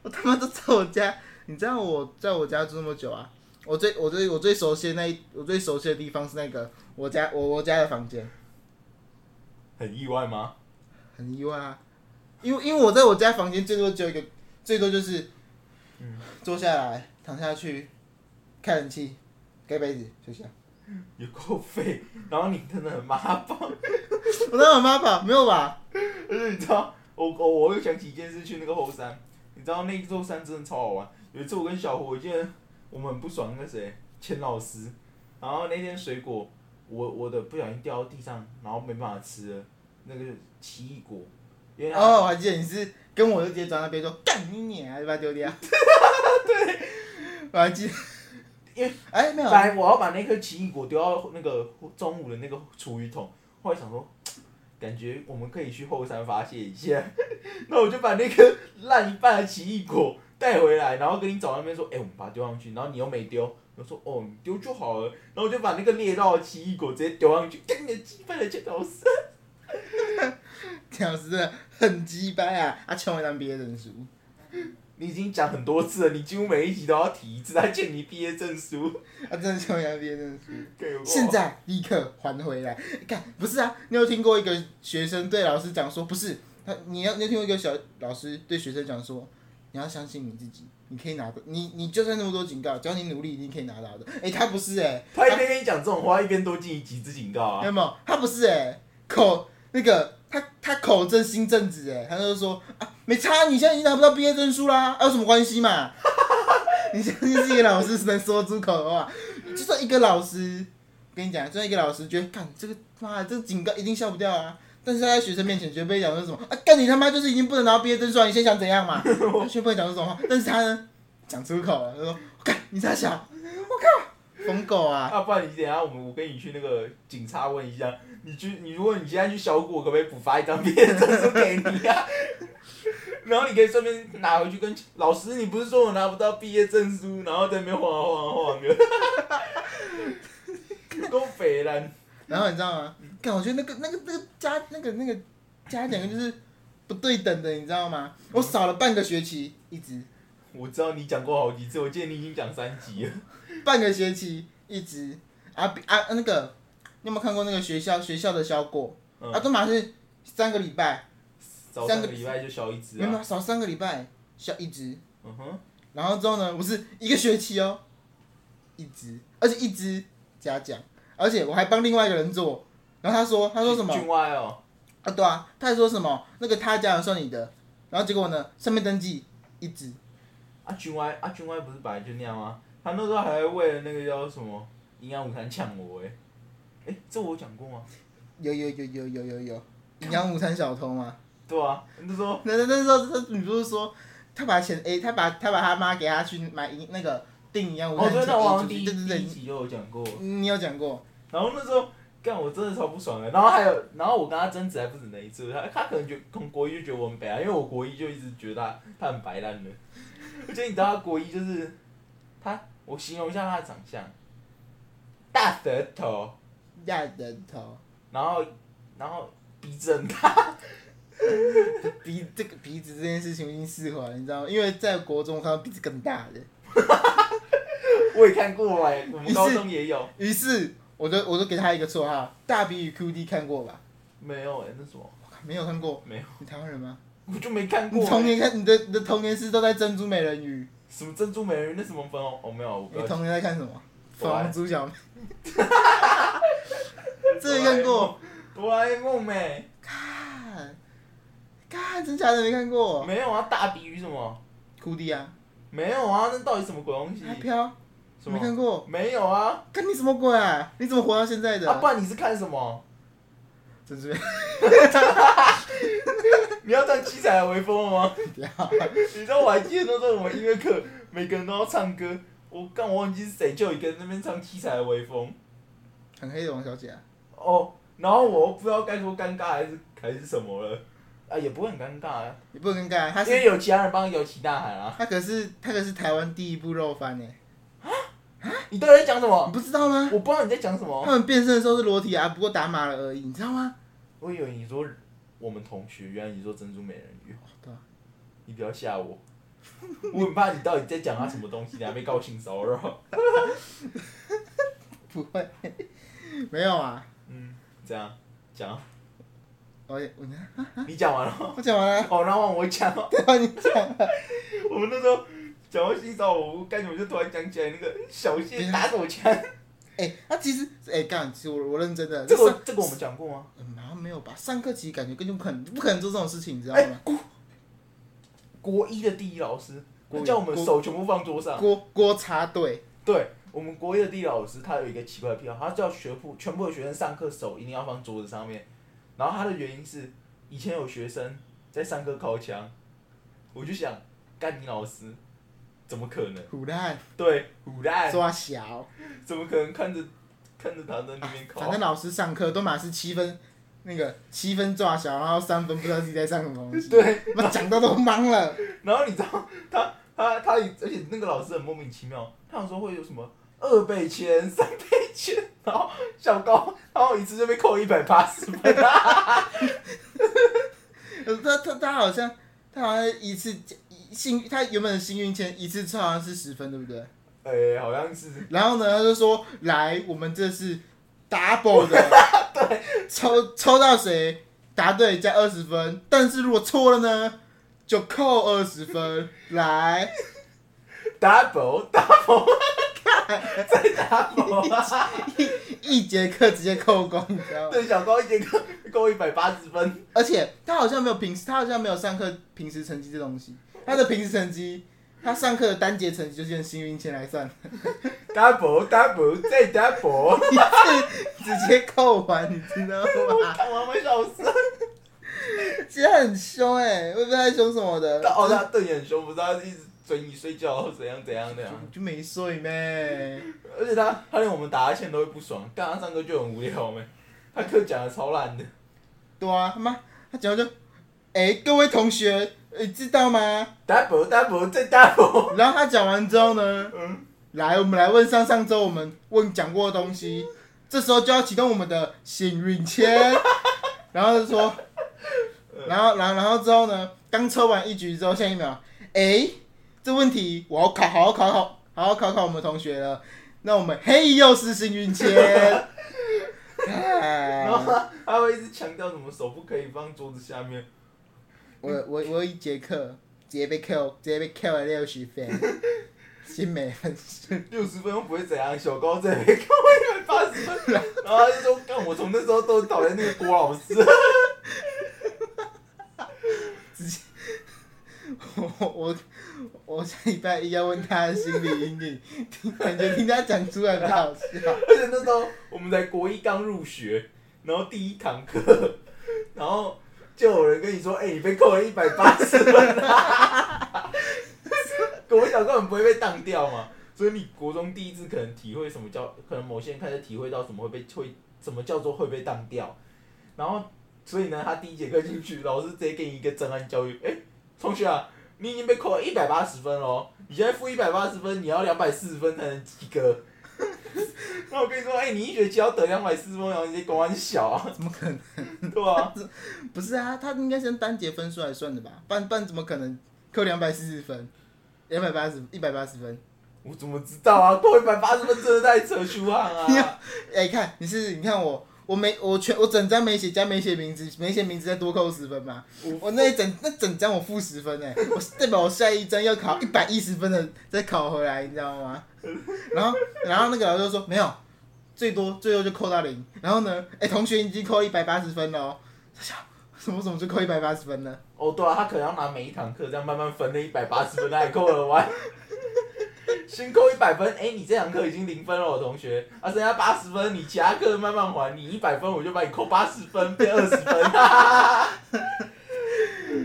Speaker 2: 我他妈都在我家。你知道我在我家住那么久啊？我最我最我最熟悉的那一我最熟悉的地方是那个我家我我家的房间，
Speaker 1: 很意外吗？
Speaker 2: 很意外啊，因为因为我在我家房间最多只有一个，最多就是，
Speaker 1: 嗯
Speaker 2: 坐下来躺下去，开冷气，盖被子睡觉。
Speaker 1: 有够废，然后你真的很妈宝。
Speaker 2: 我在我妈宝没有吧？
Speaker 1: 而且你知道，我我我又想起一件事，去那个后山，你知道那座山真的超好玩。有一次我跟小胡，我记得我们很不爽那个谁，钱老师，然后那天水果，我我的不小心掉到地上，然后没办法吃了，那个奇异果，因为它
Speaker 2: 哦，我还记得你是跟我就直接转到别人说干你娘，就把它丢 掉。对，我还记得，
Speaker 1: 因为
Speaker 2: 哎没有
Speaker 1: 本
Speaker 2: 啊，
Speaker 1: 来我要把那颗奇异果丢到那个中午的那个厨余桶，后来想说，感觉我们可以去后山发泄一下， 那我就把那颗烂一半的奇异果带回来，然后跟你找那边说，哎、我们把它丢上去，然后你又没丢，我说哦，你丢就好了，然后我就把那个裂到的奇异果直接丢上去，跟你的鸡巴的剪刀石，
Speaker 2: 屌丝真的很鸡掰啊，他欠我一张毕业证书。
Speaker 1: 你已经讲很多次了，你几乎每一集都要提一次，他欠你毕业证书，
Speaker 2: 他真的欠我一张毕业证书，
Speaker 1: 给我
Speaker 2: 现在立刻还回来。干，不是啊，你有听过一个学生对老师讲说，不是他，你要你有听过一个小老师对学生讲说，你要相信你自己，你可以拿到，你你就算那么多警告，只要你努力，一定可以拿到的。诶，他不是欸诶，
Speaker 1: 他一边跟你讲这种话，一边多进一集之警告啊。
Speaker 2: 有没有？他不是诶，口那个他他口正心正直诶，他就说啊，没差，你现在已经拿不到毕业证书啦，啊、有什么关系嘛？ 你相信自己的老师是能说出口的话，就算一个老师跟你讲，就算一个老师觉得干这个妈的这个警告一定消不掉啊，但是他在学生面前绝对不会讲说什么啊，干你他妈就是已经不能拿到毕业证书了，你现在想怎样嘛？他绝对不会讲这种话，但是他呢讲出口了，他说干你傻小，我靠，疯狗啊！
Speaker 1: 啊，不然你等一下我们我跟你去那个警察问一下，你去你如果你现在去小谷，可不可以补发一张毕业证书给你呀、 然后你可以顺便拿回去跟老师，你不是说我拿不到毕业证书，然后在那边晃啊晃啊晃的， 够肥了。
Speaker 2: 然后你知道吗？看，我觉得那个那个那个加那个那个加两个就是不对等的，你知道吗？我少了半个学期，一直
Speaker 1: 我知道你讲过好几次，我记得你已经讲三集了。
Speaker 2: 半个学期一直啊比啊那个，你有没有看过那个学校学校的小果、
Speaker 1: 嗯
Speaker 2: 啊？都马是三个礼拜，
Speaker 1: 早上个礼拜就消一只
Speaker 2: 没有没
Speaker 1: 啊。
Speaker 2: 有少三个礼拜小一直，
Speaker 1: 嗯哼，
Speaker 2: 然后之后呢，我是一个学期哦，一直而且一直嘉奖，而且我还帮另外一个人做，然后他说他说什么？
Speaker 1: 郡外哦，
Speaker 2: 啊，对啊，他还说什么那个他家人算你的，然后结果呢，上面登记一直，
Speaker 1: 啊郡外啊郡外不是本来就那样吗？他那时候还为了那个叫什么营养午餐呛我哎、哎、这我有讲过吗？
Speaker 2: 有有有有有有有，营养午餐小偷嘛，
Speaker 1: 对啊，那时候
Speaker 2: 那那那时候他你不是说他把钱诶、他把他把他妈给他去买营那个订营养午
Speaker 1: 哦
Speaker 2: 餐
Speaker 1: 对，那
Speaker 2: 的钱
Speaker 1: 我好
Speaker 2: 移
Speaker 1: 像
Speaker 2: 出
Speaker 1: 第
Speaker 2: 去，
Speaker 1: 一
Speaker 2: 对对
Speaker 1: 第一
Speaker 2: 对，
Speaker 1: 集就有讲过，
Speaker 2: 你有讲过，
Speaker 1: 然后那时候干我真的超不爽的，然后还有然后我跟他争执还不止那一次，他他可能觉从国一就觉得我很白啊烂，因为我国一就一直觉得他他很白烂的， 而且你知道他国一就是他我形容一下他的长相，大舌头，
Speaker 2: 大人头，
Speaker 1: 然后然后鼻子很大，
Speaker 2: 鼻这个鼻子这件事情我已经释怀了，你知道吗？因为在国中我看到鼻子更大的，
Speaker 1: 我也看过哎、 我们高中也有，
Speaker 2: 于是我就我就给他一个绰号，大鼻与 QD 看过吧？
Speaker 1: 没有哎、那什么
Speaker 2: 我靠没有看过，
Speaker 1: 没有，
Speaker 2: 你台湾人吗？
Speaker 1: 我就没看过
Speaker 2: 你
Speaker 1: 欸、
Speaker 2: 童年看你的你的童年是都在珍珠美人鱼，
Speaker 1: 什么珍珠美人鱼那什么粉红哦没有，我不
Speaker 2: 你
Speaker 1: 要
Speaker 2: 童年在看什么？
Speaker 1: 我
Speaker 2: 粉
Speaker 1: 还
Speaker 2: 红猪小妹，这没看过，
Speaker 1: 哆啦 A 梦没。
Speaker 2: 看，看真假的没看过，
Speaker 1: 没有啊，大鼻鱼什么？
Speaker 2: 哭地啊，
Speaker 1: 没有啊，那到底什么鬼东西？
Speaker 2: 还飘，
Speaker 1: 什
Speaker 2: 没
Speaker 1: 么？
Speaker 2: 看过，
Speaker 1: 没有啊，
Speaker 2: 看你什么鬼啊？你怎么活到现在
Speaker 1: 啊，
Speaker 2: 的
Speaker 1: 不？然你是看什么？
Speaker 2: 珍珠美人
Speaker 1: 你要这样七彩的微风了吗？
Speaker 2: 鱼不要，
Speaker 1: 你知道我还记得那时候我们音乐课，每个人都要唱歌，我刚我忘记是谁，就有一个人在那边唱七彩的微风，
Speaker 2: 很黑的王小姐啊，
Speaker 1: 哦，然后我又不知道该说尴尬还是还是什么了，啊，也不会很尴尬啊，
Speaker 2: 也不能干，她
Speaker 1: 因为
Speaker 2: 是
Speaker 1: 有其他人帮摇旗呐喊啊。
Speaker 2: 她可是她可是台湾第一部肉番呢，欸
Speaker 1: 你到底在讲什
Speaker 2: 你
Speaker 1: 么？
Speaker 2: 不知道吗？
Speaker 1: 我不知道你在讲什
Speaker 2: 他
Speaker 1: 么。
Speaker 2: 们变身的时候是裸体啊，不过打码了而已，你知道吗？
Speaker 1: 我以为你说我们同学，原来你说珍珠美人鱼。
Speaker 2: 对啊，
Speaker 1: 你不要吓我，我很怕你到底在讲他什么东西，你还被告性骚扰。
Speaker 2: 不会， 没有啊，
Speaker 1: 嗯，这样讲，
Speaker 2: 我也我呢，
Speaker 1: 你讲完了。
Speaker 2: 我讲完了。
Speaker 1: 哦，然后我讲，
Speaker 2: 对啊，你讲了，
Speaker 1: 我们那时候讲到性骚扰，我干什么就突然讲起来那个小谢打手枪，
Speaker 2: 哎、那其实，哎、干，其实我我认真的，
Speaker 1: 这
Speaker 2: 上
Speaker 1: 个这个我们讲过吗？
Speaker 2: 嗯好像没有吧？上课其实感觉根本不可能，不可能做这种事情，你知道
Speaker 1: 哎
Speaker 2: 吗？，
Speaker 1: 国国一的第一老师，
Speaker 2: 国
Speaker 1: 他
Speaker 2: 一
Speaker 1: 叫我们手全部放桌上。
Speaker 2: 锅锅插队，
Speaker 1: 对，我们国一的地理老师，他有一个奇怪的癖好，他叫学部全部的学生上课手一定要放桌子上面。然后他的原因是，以前有学生在上课靠墙，我就想，干你老师，怎么可能？
Speaker 2: 腐烂
Speaker 1: 对，胡乱，
Speaker 2: 抓小，
Speaker 1: 怎么可能看着看着他在那边
Speaker 2: 反
Speaker 1: 考
Speaker 2: 正？老师上课都满是七分，那个七分抓小，然后三分不知道自己在上什么东西，
Speaker 1: 对，
Speaker 2: 妈讲到都懵了。
Speaker 1: 然后你知道他他他，而且那个老师很莫名其妙，他想说会有什么二倍签、三倍签，然后小高，然后一次就被扣一百八十分。啊
Speaker 2: 呃他他他好像他好像一次一幸，他原本的幸运签一次抽好像是十分，对不对？
Speaker 1: 哎、好像是
Speaker 2: 然后呢，他就说：“来，我们这是 double 的，对，抽抽到谁答对加二十分，但是如果错了呢，就扣二十分。来，
Speaker 1: double double，再 double，啊
Speaker 2: 一节课直接扣光，你知道吗？
Speaker 1: 对，小高一节课够一百八十分，
Speaker 2: 而且他好像没有平时，他好像没有上课平时成绩这东西，他的平时成绩，他上课的单节成绩就是用幸运签来算，
Speaker 1: double double 再 double，
Speaker 2: 直接扣完，你知道吗？
Speaker 1: 看 我会笑死。
Speaker 2: 其实他很凶哎、欸，我也不知道他在凶什么的。
Speaker 1: 哦，他对你很凶，不是？他一直准你睡觉怎样怎样的、
Speaker 2: 就就没睡咩？
Speaker 1: 而且他他连我们打哈欠都会不爽，干他上课就很无聊没，他课讲的超烂的，
Speaker 2: 对啊，他妈他讲话就，哎、各位同学，你知道吗？
Speaker 1: double double 再 double，
Speaker 2: 然后他讲完之后呢，
Speaker 1: 嗯，
Speaker 2: 来，我们来问上上周我们问讲过的东西，这时候就要启动我们的幸运签， 然后就说，然后然后然后之后呢，刚抽完一局之后，下一秒，哎、这问题我要考，好好考考，好好考考我们同学了。那我们嘿又是幸运签，
Speaker 1: 然后
Speaker 2: 看
Speaker 1: 他他会一直强调什么手不可以放桌子下面，
Speaker 2: 我我我有一节课直接被扣，直接被扣了六十 分，新美分数。
Speaker 1: 六十分又不会怎样，小高这边看我以为八十分，然后他就说干我从那时候都讨厌那个郭老师，
Speaker 2: 我我我下礼拜一要问他的心理阴影，听感觉听他讲出来很好笑。
Speaker 1: 而且那时候我们才国一刚入学，然后第一堂课，然后就有人跟你说，哎、你被扣了一百八十分、啊 国小根本不会被当掉嘛，所以你国中第一次可能体会什么叫，可能某些人开始体会到什么会被会，什么叫做会被当掉，然后所以呢，他第一节课进去，老师直接给你一个震撼教育，哎、同学啊。你已经被扣了一百八十分喽，你现在负一百八十分，你要两百四十分才能及格。那我跟你说，哎、你一学期要得两百四十分，然后你这公安小啊，
Speaker 2: 怎么可能？
Speaker 1: 对吧、
Speaker 2: 不是啊，他应该是用单节分数来算的吧？不然不然怎么可能扣两百四十分？两百八十，一百八十分。
Speaker 1: 我怎么知道啊？扣一百八十分真的太扯书汉啊！
Speaker 2: 哎、看你是你看我，我没我全我整张没写加没写名字，没写名字再多扣十分嘛。我那一整那整张我负十分哎、我代表我下一张要考一百一十分的再考回来，你知道吗？然后然后那个老师就说没有，最多最多就扣到零。然后呢，哎、同学已经扣一百八十分了哦，他想什么什么就扣一百八十分呢？
Speaker 1: 哦，对啊，他可能要拿每一堂课这样慢慢分那一百八十分来扣了 完。先扣一百分，哎、你这堂课已经零分了，我同学，啊，剩下八十分，你其他课慢慢还，你一百分我就把你扣八十分，变二十分，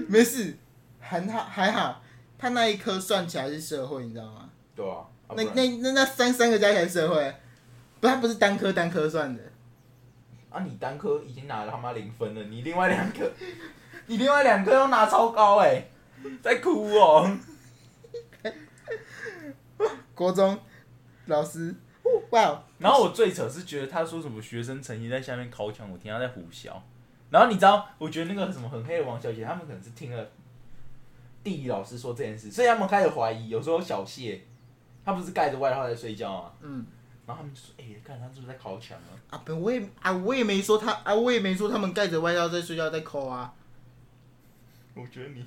Speaker 2: 没事，还好还好，他那一科算起来是社会，你知道吗？
Speaker 1: 对啊，啊
Speaker 2: 那
Speaker 1: 不然
Speaker 2: 那那那三三个加起来是社会，不，他不是单科单科算的。
Speaker 1: 啊，你单科已经拿了他妈零分了，你另外两科，你另外两科要拿超高哎、在哭哦、
Speaker 2: 国中老师，哦哇哦，
Speaker 1: 然后我最扯是觉得他说什么学生成绩在下面考抢，我听他在胡笑。然后你知道，我觉得那个什么很黑的王小姐，他们可能是听了地理老师说这件事，所以他们开始怀疑。有时候小谢，他不是盖着外套在睡觉吗？
Speaker 2: 嗯，
Speaker 1: 然后他们就说：“哎、看他是不是在考抢啊
Speaker 2: 啊不，我也啊我也没说他啊我也没说他们盖着外套在睡觉在抠啊，？”
Speaker 1: 我觉得你，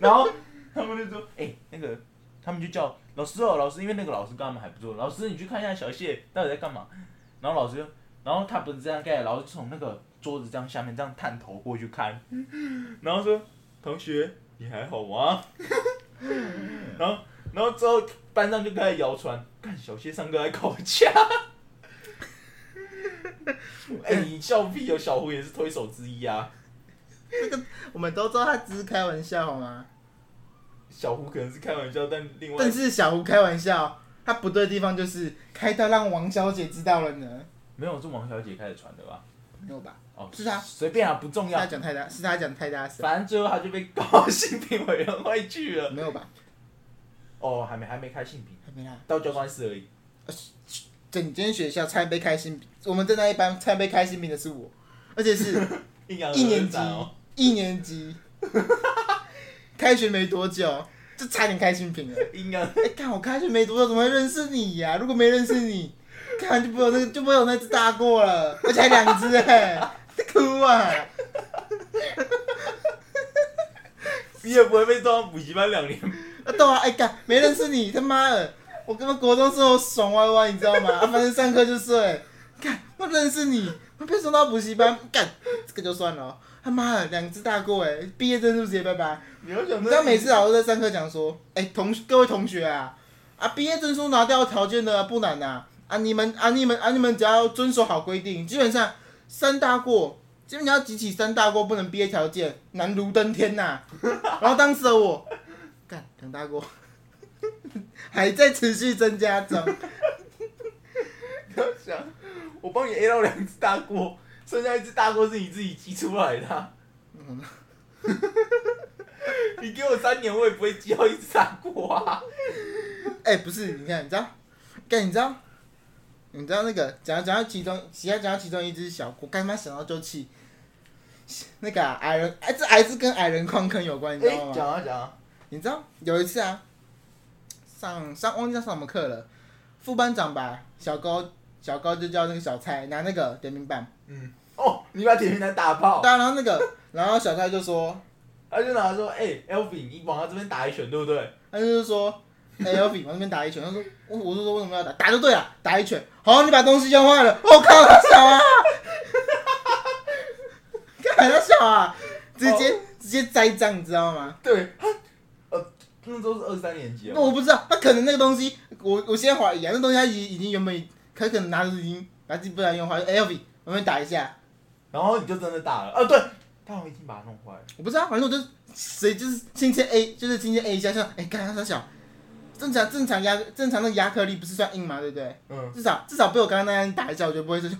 Speaker 1: 然后他们就说：“哎、那个，他们就叫老师哦，老师，因为那个老师跟他们还不错，老师你去看一下小谢到底在干嘛。”然后老师就，然后他不是这样盖，老师就从那个桌子这样下面这样探头过去看，然后说：“同学，你还好吗？” 然后，然后之后班上就开始谣传，看小谢上课还考架。哎、你笑屁哦！小胡也是推手之一啊。
Speaker 2: 我们都知道他只是开玩笑好吗？
Speaker 1: 小胡可能是开玩笑，但另外
Speaker 2: 但是小胡开玩笑，他不对的地方就是开到让王小姐知道了呢，
Speaker 1: 没有是王小姐开始传的吧？
Speaker 2: 没有吧？
Speaker 1: 哦，
Speaker 2: 是啊
Speaker 1: 随便啊，不重
Speaker 2: 是
Speaker 1: 要
Speaker 2: 他。讲太大，是他讲太大声，
Speaker 1: 反正最后他就被告到性平委员会去了。
Speaker 2: 没有吧？
Speaker 1: 哦，还没还没开性平，
Speaker 2: 还没啦。
Speaker 1: 到教官室而已。
Speaker 2: 整间学校差点被开心饼，我们正在一班差点被开心饼的是我，而且是。
Speaker 1: 阴 阳
Speaker 2: 一年
Speaker 1: 合
Speaker 2: 级
Speaker 1: 战哦，，
Speaker 2: 一年级， 开学没多久，就差点开新品了。
Speaker 1: 阴阳
Speaker 2: 哎、看我开学没多久，怎么会认识你呀、如果没认识你，看就不会有那个，就不会有那只大过了，而且还两只哎、在哭啊！
Speaker 1: 你也不会被送到补习班两年。
Speaker 2: 啊，对啊，哎、干没认识你，他妈的，我根本国中时候爽歪歪，你知道吗？啊，反正上课就睡，干我认识你，我被送到补习班，干这个就算了哦，他妈的两只大过哎、毕业证书直接拜拜。
Speaker 1: 你要想
Speaker 2: 你知道每次啊老师在上课讲说，哎、同各位同学啊，啊，毕业证书拿掉条件的不难呐、啊，你们啊你们啊你们只要遵守好规定，基本上三大过，基本上要集齐三大过不能毕业条件，难如登天呐、然后当时的我， 干两大锅，还在持续增加中。
Speaker 1: 不要想，我帮你 A 到两只大锅，剩下一只大锅是你自己激出来的啊、
Speaker 2: 嗯
Speaker 1: 你给我三年，我也不会激到一只大锅啊！
Speaker 2: 哎、不是，你看，你知道，干，你知道，你知道那个讲到讲到其中，只要讲到其中一只小锅，干妈想到就气。那个、啊、矮人，哎，这矮是跟矮人矿坑有关，你知
Speaker 1: 哎、
Speaker 2: 道吗？
Speaker 1: 讲啊讲啊，
Speaker 2: 你知道有一次啊，上上忘记上什么课了，副班长把小高小高就叫那个小蔡拿那个点名棒，
Speaker 1: 嗯，哦，你把铁皮男打爆，
Speaker 2: 对啊，然后那个然后小蔡就说，
Speaker 1: 他就拿说，哎、e l v i n 你往他这边打一拳，对不对？
Speaker 2: 他就是说，哎、欸，要比往那边打一拳，他说我我是说为什么要打，打就对了，打一拳，好，你把东西用坏了，我、靠，他小啊， 干他小啊，直接、直接栽赃，你知道吗？
Speaker 1: 对，他，呃，那都是二三年级哦
Speaker 2: 那
Speaker 1: 了，
Speaker 2: 我不知道，他可能那个东西，我我现在怀疑啊，那东西他已已经原本，他可能拿着已经拿自己不然用坏，哎、要比我们打一下，
Speaker 1: 然后你就真的打了，啊，对，他好像已经把他弄坏了，
Speaker 2: 我不知道，反正我就谁就是轻轻 A，就是轻轻 A 一下，像哎，干、他他小，正常正常压正常的压克力不是算硬嘛，对不对？
Speaker 1: 嗯，
Speaker 2: 至少至少被我刚刚那样打一下，我就不会说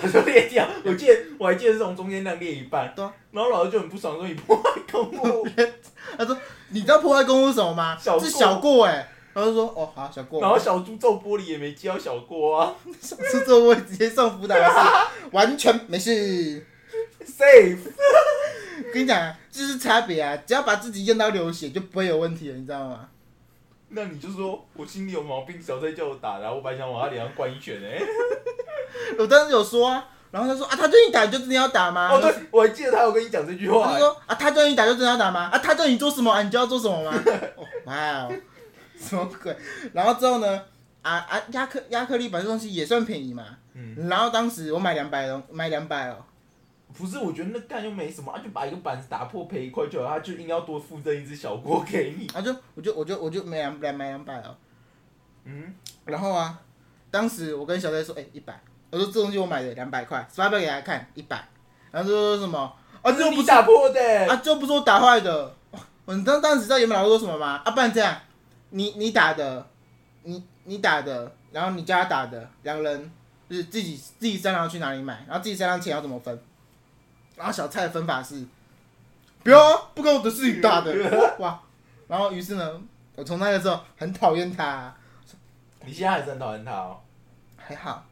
Speaker 1: 他就裂掉，我记得我还记得是从中间那样裂一半，
Speaker 2: 对啊
Speaker 1: 然后老师就很不爽说你破坏公 物，
Speaker 2: 他说你知道破坏公物是什么吗？
Speaker 1: 小过
Speaker 2: 是小过哎、然后就说哦好小过，
Speaker 1: 然后小猪揍玻璃也没教小过 啊
Speaker 2: 上次座位直接送辅导老师， 完全没事。
Speaker 1: ，safe，
Speaker 2: 跟你讲啊，就是差别啊，只要把自己验到流血就不会有问题了，你知道吗？
Speaker 1: 那你就说我心里有毛病，小蔡叫我打的啊，然后我本来想往他脸上灌一拳哎、
Speaker 2: 我当时有说啊，然后他说啊他叫你打你就真的要打吗？
Speaker 1: 哦对，我还记得他有跟你讲这句话、
Speaker 2: 他就说啊他叫你打就真的要打吗？啊他叫你做什么啊你就要做什 么吗？哦哇哦，什么鬼？然后之后呢？啊啊亚克亚克力把这东西也算便宜嘛，
Speaker 1: 嗯，
Speaker 2: 然后当时我买两百哦，买两百哦，
Speaker 1: 不是，我觉得那干又没什么，啊，就把一个板子打破赔一块就好，他就硬要多附赠一只小锅给你，
Speaker 2: 然后啊就我就我就我就买两两买两百哦，
Speaker 1: 嗯，
Speaker 2: 然后啊，当时我跟小戴说，哎、1一百，我说这东西我买的两百块，发票给他看一百，然后就说什么
Speaker 1: 这
Speaker 2: 啊，这
Speaker 1: 是
Speaker 2: 又
Speaker 1: 你
Speaker 2: 不是
Speaker 1: 打破的、
Speaker 2: 啊，这又不是我打坏的，我你当当时知道原本老师说什么吗？啊，不然这样，你你打的，你你打的，然后你叫他打的，两人就是自己自己商量去哪里买，然后自己商量钱要怎么分，然后小蔡的分法是，不要、啊，不关我的事情打的， 哇，然后于是呢，我从那个时候很讨厌他、
Speaker 1: 你现在还是很讨厌他哦，
Speaker 2: 还好，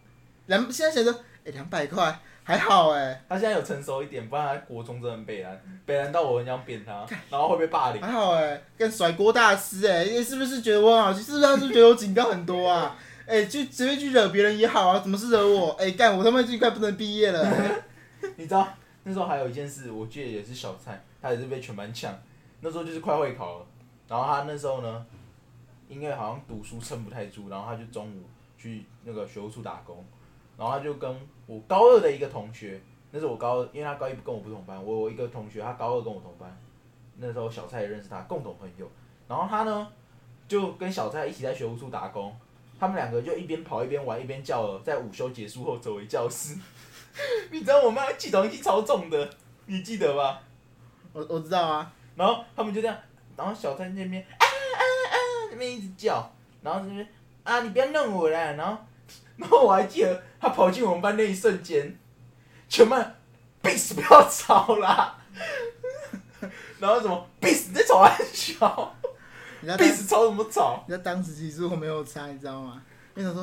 Speaker 2: 两现在想着，哎、两百块还好哎、
Speaker 1: 他现在有成熟一点，不然他国中真的很北蓝，北蓝到我很想扁他，然后会被霸凌。
Speaker 2: 还好哎、跟甩锅大师哎、你是不是觉得我很好欺？是不是他是不是觉得我警告很多啊？哎、就随便去惹别人也好啊，怎么是惹我？哎、干我他妈已经快不能毕业了、
Speaker 1: 你知道那时候还有一件事，我记得也是小蔡，他也是被全班呛。那时候就是快会考了，然后他那时候呢，因为好像读书撑不太住，然后他就中午去那个学务处打工，然后他就跟我高二的一个同学，那时候我高二，因为他高一跟我不同班，我有一个同学他高二跟我同班，那时候小蔡也认识他，共同朋友。然后他呢，就跟小蔡一起在学务处打工，他们两个就一边跑一边玩一边叫了，在午休结束后走回教室。你知道我妈起床气超重的，你记得吧？
Speaker 2: 我我知道啊，
Speaker 1: 然后他们就这样，然后小三那边啊啊啊那边一直叫，然后这边啊你不要弄我啦，然后然后我还记得他跑进我们班那一瞬间，全班 b i 不要吵啦， 然后什么 b i 你在吵很小
Speaker 2: 你知道
Speaker 1: b
Speaker 2: 当
Speaker 1: i
Speaker 2: 你
Speaker 1: 吵什么吵？
Speaker 2: 知道当时其实我没有差，你知道吗？因为想说，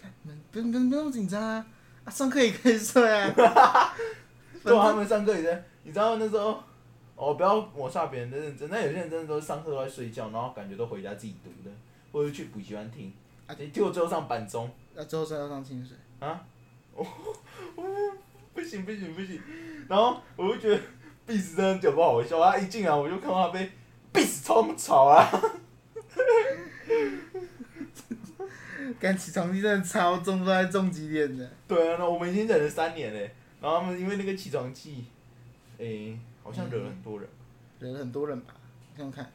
Speaker 2: 干你们不用不用不用紧张啊，啊上课也可以睡啊。
Speaker 1: 对啊，他们上课也在，你知道那时候，哦，不要抹杀别人的认真。那有些人真的都是上课都在睡觉，然后感觉都回家自己读的，或者去补习班听。啊，你听我最后上板中
Speaker 2: 啊，最后睡到上清水。
Speaker 1: 啊， 我、我不行不行不行，然后我就觉得 b i 真的就不好笑，啊他一进来我就看到他被 b i 超吵啊，
Speaker 2: 干起床气真的超重，不知道在重几点的。
Speaker 1: 对啊，那我们已经忍了三年嘞，然后他们因为那个起床气，诶、好像惹了很多人。
Speaker 2: 惹了很多人吧？想想看，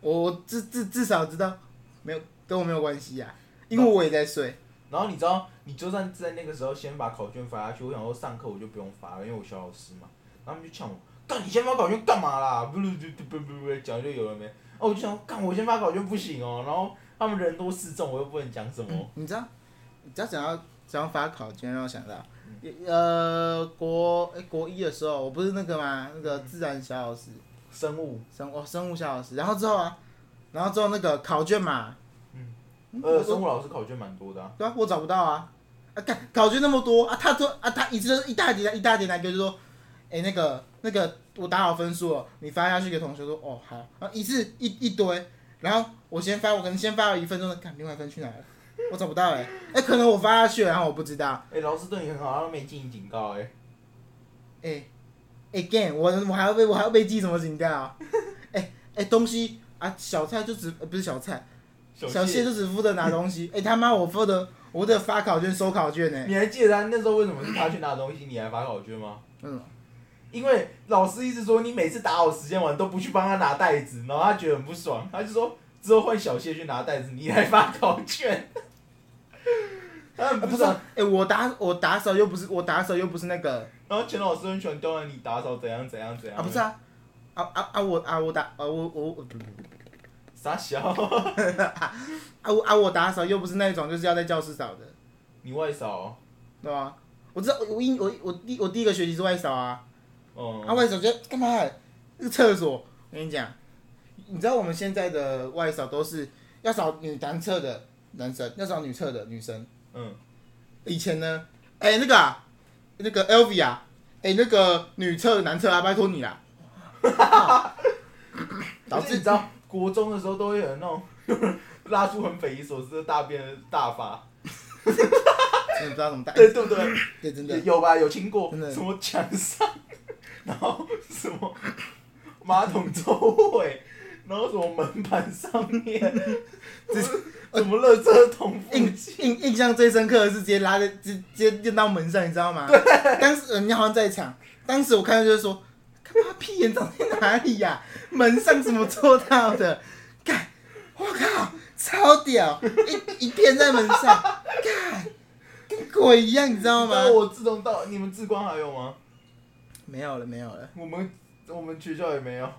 Speaker 2: 我我至至至少知道没有跟我没有关系呀、因为我也在睡。
Speaker 1: 然后你知道，你就算在那个时候先把考卷发下去，我想说上课我就不用发了，因为我小老师嘛。然后他们就呛我，干你先发考卷干嘛啦？不不不不不不，讲就有了没？然哦，我就想，干，我先发稿就不行哦。然后他们人多势众，我又不能讲什么。
Speaker 2: 你知道，你知道讲到讲到发考，今天让我想到，呃，国诶国一的时候，我不是那个嘛，那个自然小老师，
Speaker 1: 生物
Speaker 2: 生哦生物小老师，然后之后啊，然后之后那个考卷嘛，
Speaker 1: 嗯
Speaker 2: 嗯，
Speaker 1: 呃，
Speaker 2: 我
Speaker 1: 生物老师考卷蛮多的、啊。
Speaker 2: 对啊，我找不到啊，啊，干考卷那么多啊，他说啊，他一次一大叠来一大叠来，就是说，哎、那个那个我打好分数了，你发下去给同学说，哦好，然后一次一一堆，然后我先发，我可能先发了一份钟，看另外一份去哪了，我找不到哎、欸，哎、可能我发下去了，然后我不知道，
Speaker 1: 哎、老师对你很好，他都没进行警告、哎，
Speaker 2: 哎、again，我我还要被我还要被记什么警告、啊？哎、哎、东西啊，小菜就只、呃不是小菜，小谢
Speaker 1: 谢，
Speaker 2: 就只负责拿东西，哎、他妈我负责我负责发考卷收考卷欸呢、
Speaker 1: 你还记得他那时候为什么是他去拿东西，你还发考卷吗？
Speaker 2: 嗯。
Speaker 1: 因为老师一直说你每次打好时间完都不去帮他拿袋子，然后他觉得很不爽，他就说之后换小谢去拿袋子，你来发考卷。 他很
Speaker 2: 啊、
Speaker 1: 不
Speaker 2: 不是，
Speaker 1: 爽
Speaker 2: 哎、，我打我打扫又不是我打扫又不是那个
Speaker 1: 然后钱老师很喜欢刁难你打扫怎样怎样怎样。
Speaker 2: 啊，不是啊，啊啊啊我啊我打啊我我我
Speaker 1: 傻小，
Speaker 2: 啊我啊我打扫又不是那种就是要在教室扫的，
Speaker 1: 你外哦扫，
Speaker 2: 对吧？我知道我我一我我第我第一个学期是外扫啊，
Speaker 1: 嗯，
Speaker 2: 啊外扫就干嘛？那个厕所，我跟你讲，你知道我们现在的外扫都是要扫女男厕的男生，要扫女厕的女生。
Speaker 1: 嗯，
Speaker 2: 以前呢，哎、那个、啊、那个 LV 啊，哎、那个女厕男厕啊，拜托你 啦。导
Speaker 1: 导致你
Speaker 2: 致
Speaker 1: 知道国中的时候都会有人那种 拉出很匪夷所思的大便的大法，
Speaker 2: 真的不知道怎么带，
Speaker 1: 对对不对？
Speaker 2: 对，真的
Speaker 1: 有吧？有听过
Speaker 2: 真的
Speaker 1: 什么墙上，然后什么马桶周围， 然后什么门板上 面， 什么垃圾桶附
Speaker 2: 印
Speaker 1: 近，
Speaker 2: 印印象最深刻的是直接拉着直直接扔到门上，你知道吗？对，当时人家好像在场，当时我看到就是说，干嘛屁眼长在哪里呀、门上怎么做到的？干，我靠，超屌，一一片在门上，干，跟鬼一样，你知道吗？
Speaker 1: 然后我自动到你们志光还有吗？
Speaker 2: 没有了，没有了。
Speaker 1: 我们我们学校也没有，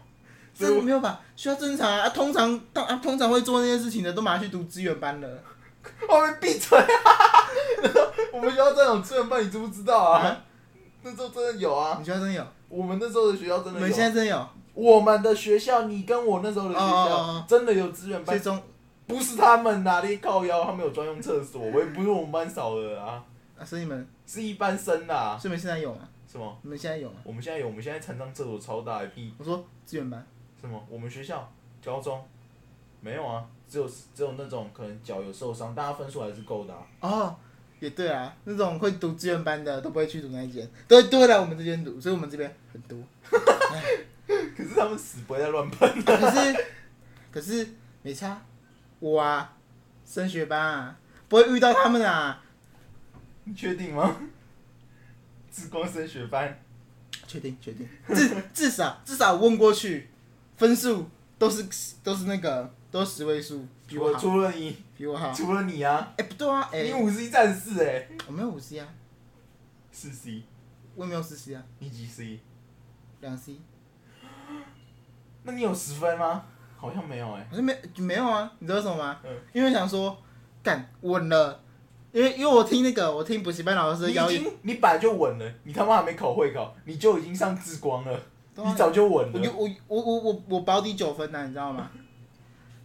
Speaker 1: 所以
Speaker 2: 这
Speaker 1: 我
Speaker 2: 没有吧？需要正常啊！啊通常当啊，通常会做那些事情的，都马上去读资源班了。
Speaker 1: 后面闭嘴啊！ 我们学校这种资源班你知不知道啊
Speaker 2: 啊？
Speaker 1: 那时候真的有啊，
Speaker 2: 你学校真的有？
Speaker 1: 我们那时候的学校真
Speaker 2: 你
Speaker 1: 的
Speaker 2: 们
Speaker 1: 有。
Speaker 2: 现在真的有？
Speaker 1: 我们的学校，你跟我那时候的学
Speaker 2: 哦哦
Speaker 1: 校
Speaker 2: 哦
Speaker 1: 真的有资源
Speaker 2: 所以
Speaker 1: 班，
Speaker 2: 中
Speaker 1: 不是他们哪里靠腰，他们有专用厕所，我也不是我们班少的啊，
Speaker 2: 啊，所以你们，
Speaker 1: 是一般生啦，
Speaker 2: 所以你们现在有吗？
Speaker 1: 什么？
Speaker 2: 你们现在有吗？
Speaker 1: 我们现在有，我们现在残障厕所超大一屁，
Speaker 2: 我说资源班，
Speaker 1: 什么？我们学校高中没有啊，只有只有那种可能脚有受伤，但他分数还是够的、啊。
Speaker 2: 哦，也对啊，那种会读志愿班的都不会去读那一间，都会都会来我们这边读，所以我们这边很多。
Speaker 1: 可是他们死不会再乱喷。啊
Speaker 2: 可是 可是没差，我啊，升学班啊，不会遇到他们啊，
Speaker 1: 你确定吗？志光升学班，
Speaker 2: 确定确定， 至至少至少问过去，分数都是都是那个都是十位数，比
Speaker 1: 除
Speaker 2: 我
Speaker 1: 了
Speaker 2: 好
Speaker 1: 除了你，
Speaker 2: 比我好。
Speaker 1: 除了你啊，
Speaker 2: 哎、不对啊，哎、
Speaker 1: 你五十一战士哎、欸，
Speaker 2: 我没有五 C 啊，
Speaker 1: 四 C，
Speaker 2: 我也没有四 C 啊，
Speaker 1: 你几 C？
Speaker 2: 两 C
Speaker 1: 那你有十分吗？好像没有哎、
Speaker 2: 好像没没有啊，你知道为什么吗？
Speaker 1: 嗯
Speaker 2: 因为想说干稳了，因为因为我听那个我听补习班老师的
Speaker 1: 你
Speaker 2: 邀
Speaker 1: 已
Speaker 2: 约，
Speaker 1: 经你本来就稳了，你他妈还没考会考，你就已经上志光了，
Speaker 2: 对啊
Speaker 1: 你早就稳
Speaker 2: 我就
Speaker 1: 了。
Speaker 2: 我我我我我保底九分呐、啊你知道吗？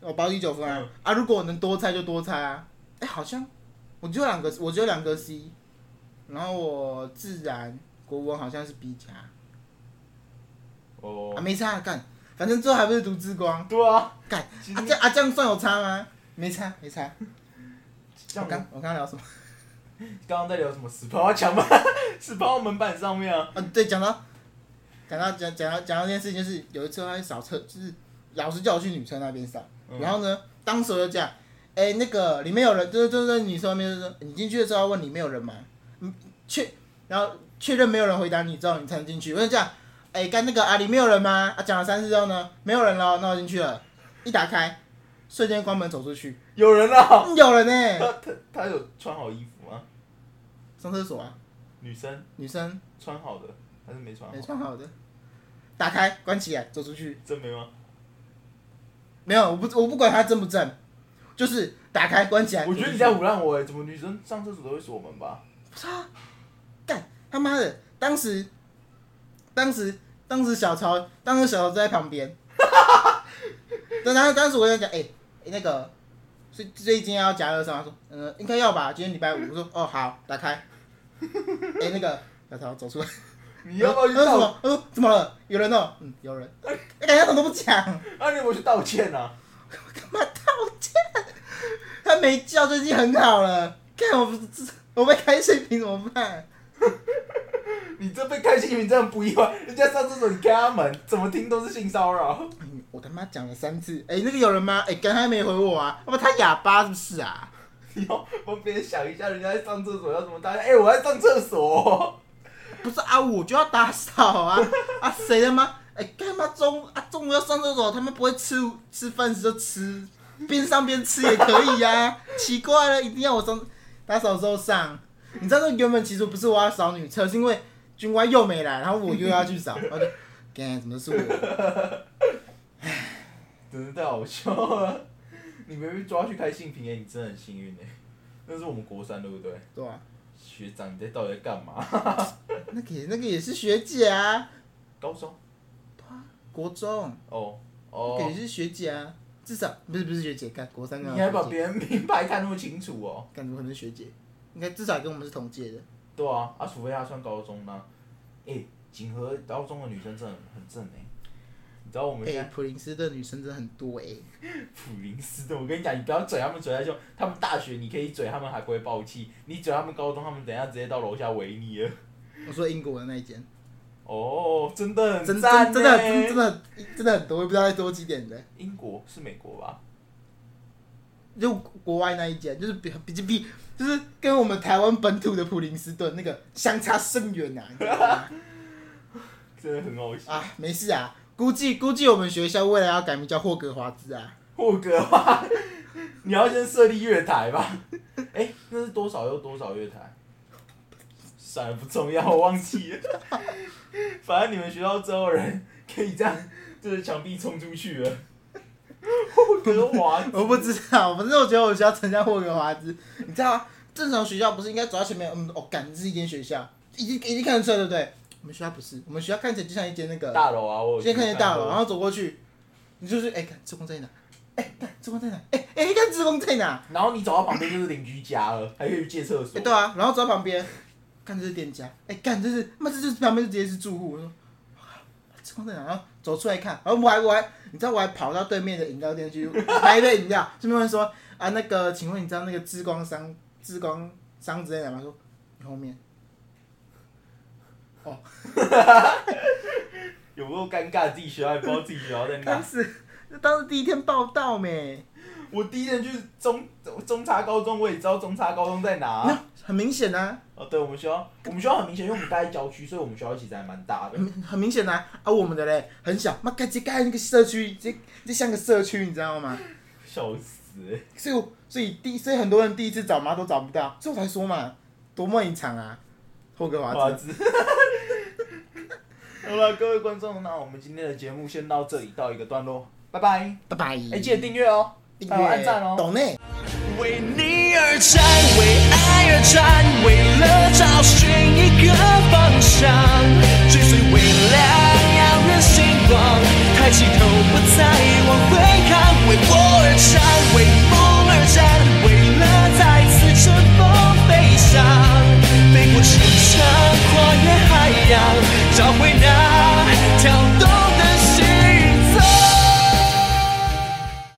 Speaker 2: 我保底九分啊
Speaker 1: 嗯
Speaker 2: 啊！如果我能多猜就多猜啊！哎、好像我只有两个，我只有两个 C，然后我自然国文好像是 B 加啊，
Speaker 1: 哦，
Speaker 2: 没差啊干，反正最后还不是读之光
Speaker 1: 对啊，
Speaker 2: 干
Speaker 1: 其
Speaker 2: 啊
Speaker 1: 实
Speaker 2: 这样啊这样算有差吗？没差没差。
Speaker 1: 这样
Speaker 2: 我刚我刚刚聊什么？
Speaker 1: 刚刚在聊什么？死抛墙吧，死抛门板上面啊。
Speaker 2: 啊，对，讲到讲到讲讲到讲到这件事情，就是有一次他去扫厕，就是老师叫我去女厕那边扫，
Speaker 1: 嗯
Speaker 2: 然后呢，当时我就讲，哎、那个里面有人，就是就是女生那边就说，你进去的时候要问里面有人吗？嗯，确，然后确认没有人回答你之后，你才能进去。我就讲，哎、干那个啊，里面有人吗？啊，讲了三次之后呢，没有人了，那我进去了，一打开，瞬间关门走出去，
Speaker 1: 有人啊，
Speaker 2: 嗯有人呢、
Speaker 1: 他他他有穿好衣服吗？
Speaker 2: 上厕所啊，
Speaker 1: 女生
Speaker 2: 女生
Speaker 1: 穿好的还是没穿好
Speaker 2: 没？穿好的，打开关起来走出去。
Speaker 1: 真没吗？
Speaker 2: 没有，我不我不管它正不正，就是打开关起来。
Speaker 1: 我觉得你在胡乱我哎，怎么女生上厕所都会锁门吧？
Speaker 2: 干他妈的，当时，当时，当时小曹，当时小曹在旁边。 但他当时我跟他讲，哎、欸那个，所以所以今天要加热上吗？他说，嗯、应该要吧，今天礼拜五。我说，哦，好，打开。哎、那个小曹走出来。
Speaker 1: 你要不要去
Speaker 2: 他说
Speaker 1: 道？
Speaker 2: 什么？他说怎么了？有人哦，嗯，有人。哎、感觉他怎么都不讲？
Speaker 1: 那你有没有去道歉啊？
Speaker 2: 干嘛道歉？他没叫，最近很好了。看我不是我被开水瓶怎么办？
Speaker 1: 你这被开心你真的不意外，人家上厕所你开他门，怎么听都是性骚扰。
Speaker 2: 嗯 我他妈讲了三次，哎、那个有人吗？哎、刚才没回我啊，要不他哑巴是不是啊？
Speaker 1: 你要帮别人想一下，人家在上厕所要怎么搭讪？哎、我在上厕所。
Speaker 2: 不是啊，我就要打扫啊啊，谁他妈？哎、干嘛中啊中午要上厕所，他们不会吃吃饭时就吃，边上边吃也可以啊。奇怪了，一定要我上打扫的时候上？你知道那原本其实不是我要扫女厕，是因为军官又没来，然后我又要去扫，我就，干怎么是我？
Speaker 1: 真的太好笑了！你没被抓去开性平哎、你真的很幸运哎、那是我们国三对不对？
Speaker 2: 对吧、
Speaker 1: 学长，你在到底在干嘛？
Speaker 2: 那个也那个也是学姐啊，
Speaker 1: 高中？
Speaker 2: 国中。
Speaker 1: 哦
Speaker 2: 感
Speaker 1: 哦，
Speaker 2: 觉是学姐啊，至少不是不是学姐，干国三刚
Speaker 1: 你还把
Speaker 2: 好学姐，
Speaker 1: 别人名牌看那么清楚哦？
Speaker 2: 感觉可能是学姐，应该至少跟我们是同届的。
Speaker 1: 对啊，啊，除非她上高中呢、哎、锦和高中的女生真的很很正哎、你知道我们
Speaker 2: 哎、
Speaker 1: 现在
Speaker 2: 普林斯顿女生真的很多哎、
Speaker 1: 普林斯顿，我跟你讲，你不要嘴他们嘴太凶，他们大学你可以嘴他们还不会爆气，你嘴他们高中，他们等一下直接到楼下围你 了。
Speaker 2: 我说英国的那一间，
Speaker 1: 哦，真的很
Speaker 2: 真真
Speaker 1: 赞
Speaker 2: 真的
Speaker 1: 欸
Speaker 2: 很真的很真的很多，我也不知道在多几点的，
Speaker 1: 英国是美国吧？
Speaker 2: 就国外那一间，就是比比比，就是跟我们台湾本土的普林斯顿那个相差甚远呐、啊你知道吗。
Speaker 1: 真的很好笑。
Speaker 2: 啊，没事啊，估计估计我们学校未来要改名叫霍格华兹啊。
Speaker 1: 霍格华，你要先设立月台吧？ 哎、那是多少又多少月台？算了，不重要，我忘记了。 反正你们学校最后人可以这样对着墙壁冲出去了。 霍格华兹，
Speaker 2: 我不知道，反正我觉得我学校曾像霍格华兹，你知道吗？正常学校不是应该走到前面，嗯，哦，感是一间学校，已经已经看得出来，对不对？我们学校不是，我们学校看起来就像一间那个，
Speaker 1: 大楼啊，我有
Speaker 2: 先看见大楼，
Speaker 1: 过
Speaker 2: 然后走过去，你就是哎，看职工在哪？哎，看职工在哪？哎哎，看职工在哪？
Speaker 1: 然后你走到旁边就是邻居家了，还可以去借厕 所。
Speaker 2: 哎，对啊，然后走到旁边，看这是店家，哎，干这是，妈这就是旁边就直接是住户，我说。职工在哪？然后走出来看，然后我还我还，你知道我还跑到对面的饮料店去买一杯饮料，顺便问说啊那个，请问你知道那个之光商之光商之类的吗？说你后面
Speaker 1: 有没有尴尬？自己学校也不知道自己学校在哪
Speaker 2: 当。时那当时第一天报道没，
Speaker 1: 我第一天去中中差高中，我也知道中差高中在哪、
Speaker 2: 那很明显啊，
Speaker 1: 哦，对，我们学校，我们学校很明显，因为我们待在郊区，所以我们学校其实还蛮大的。
Speaker 2: 很很明显啊啊我们的嘞很小，妈盖直接盖那个社区，直接直接像个社区，你知道吗？
Speaker 1: 笑死、欸！
Speaker 2: 所以我所以第所以很多人第一次找妈都找不到，所以我才说嘛，多么隐藏啊，霍格华兹。
Speaker 1: 子。 好了，各位观众，那我们今天的节目先到这里，到一个段落，拜拜。
Speaker 2: 拜拜。
Speaker 1: 哎、记得订阅哦，
Speaker 2: 订
Speaker 1: 还有
Speaker 2: 阅、
Speaker 1: 按赞哦。
Speaker 2: 懂内。
Speaker 3: 为你而战，为爱而战，为了找寻一个方向，追随微亮耀的星光，抬起头不再往回看，为我而战，为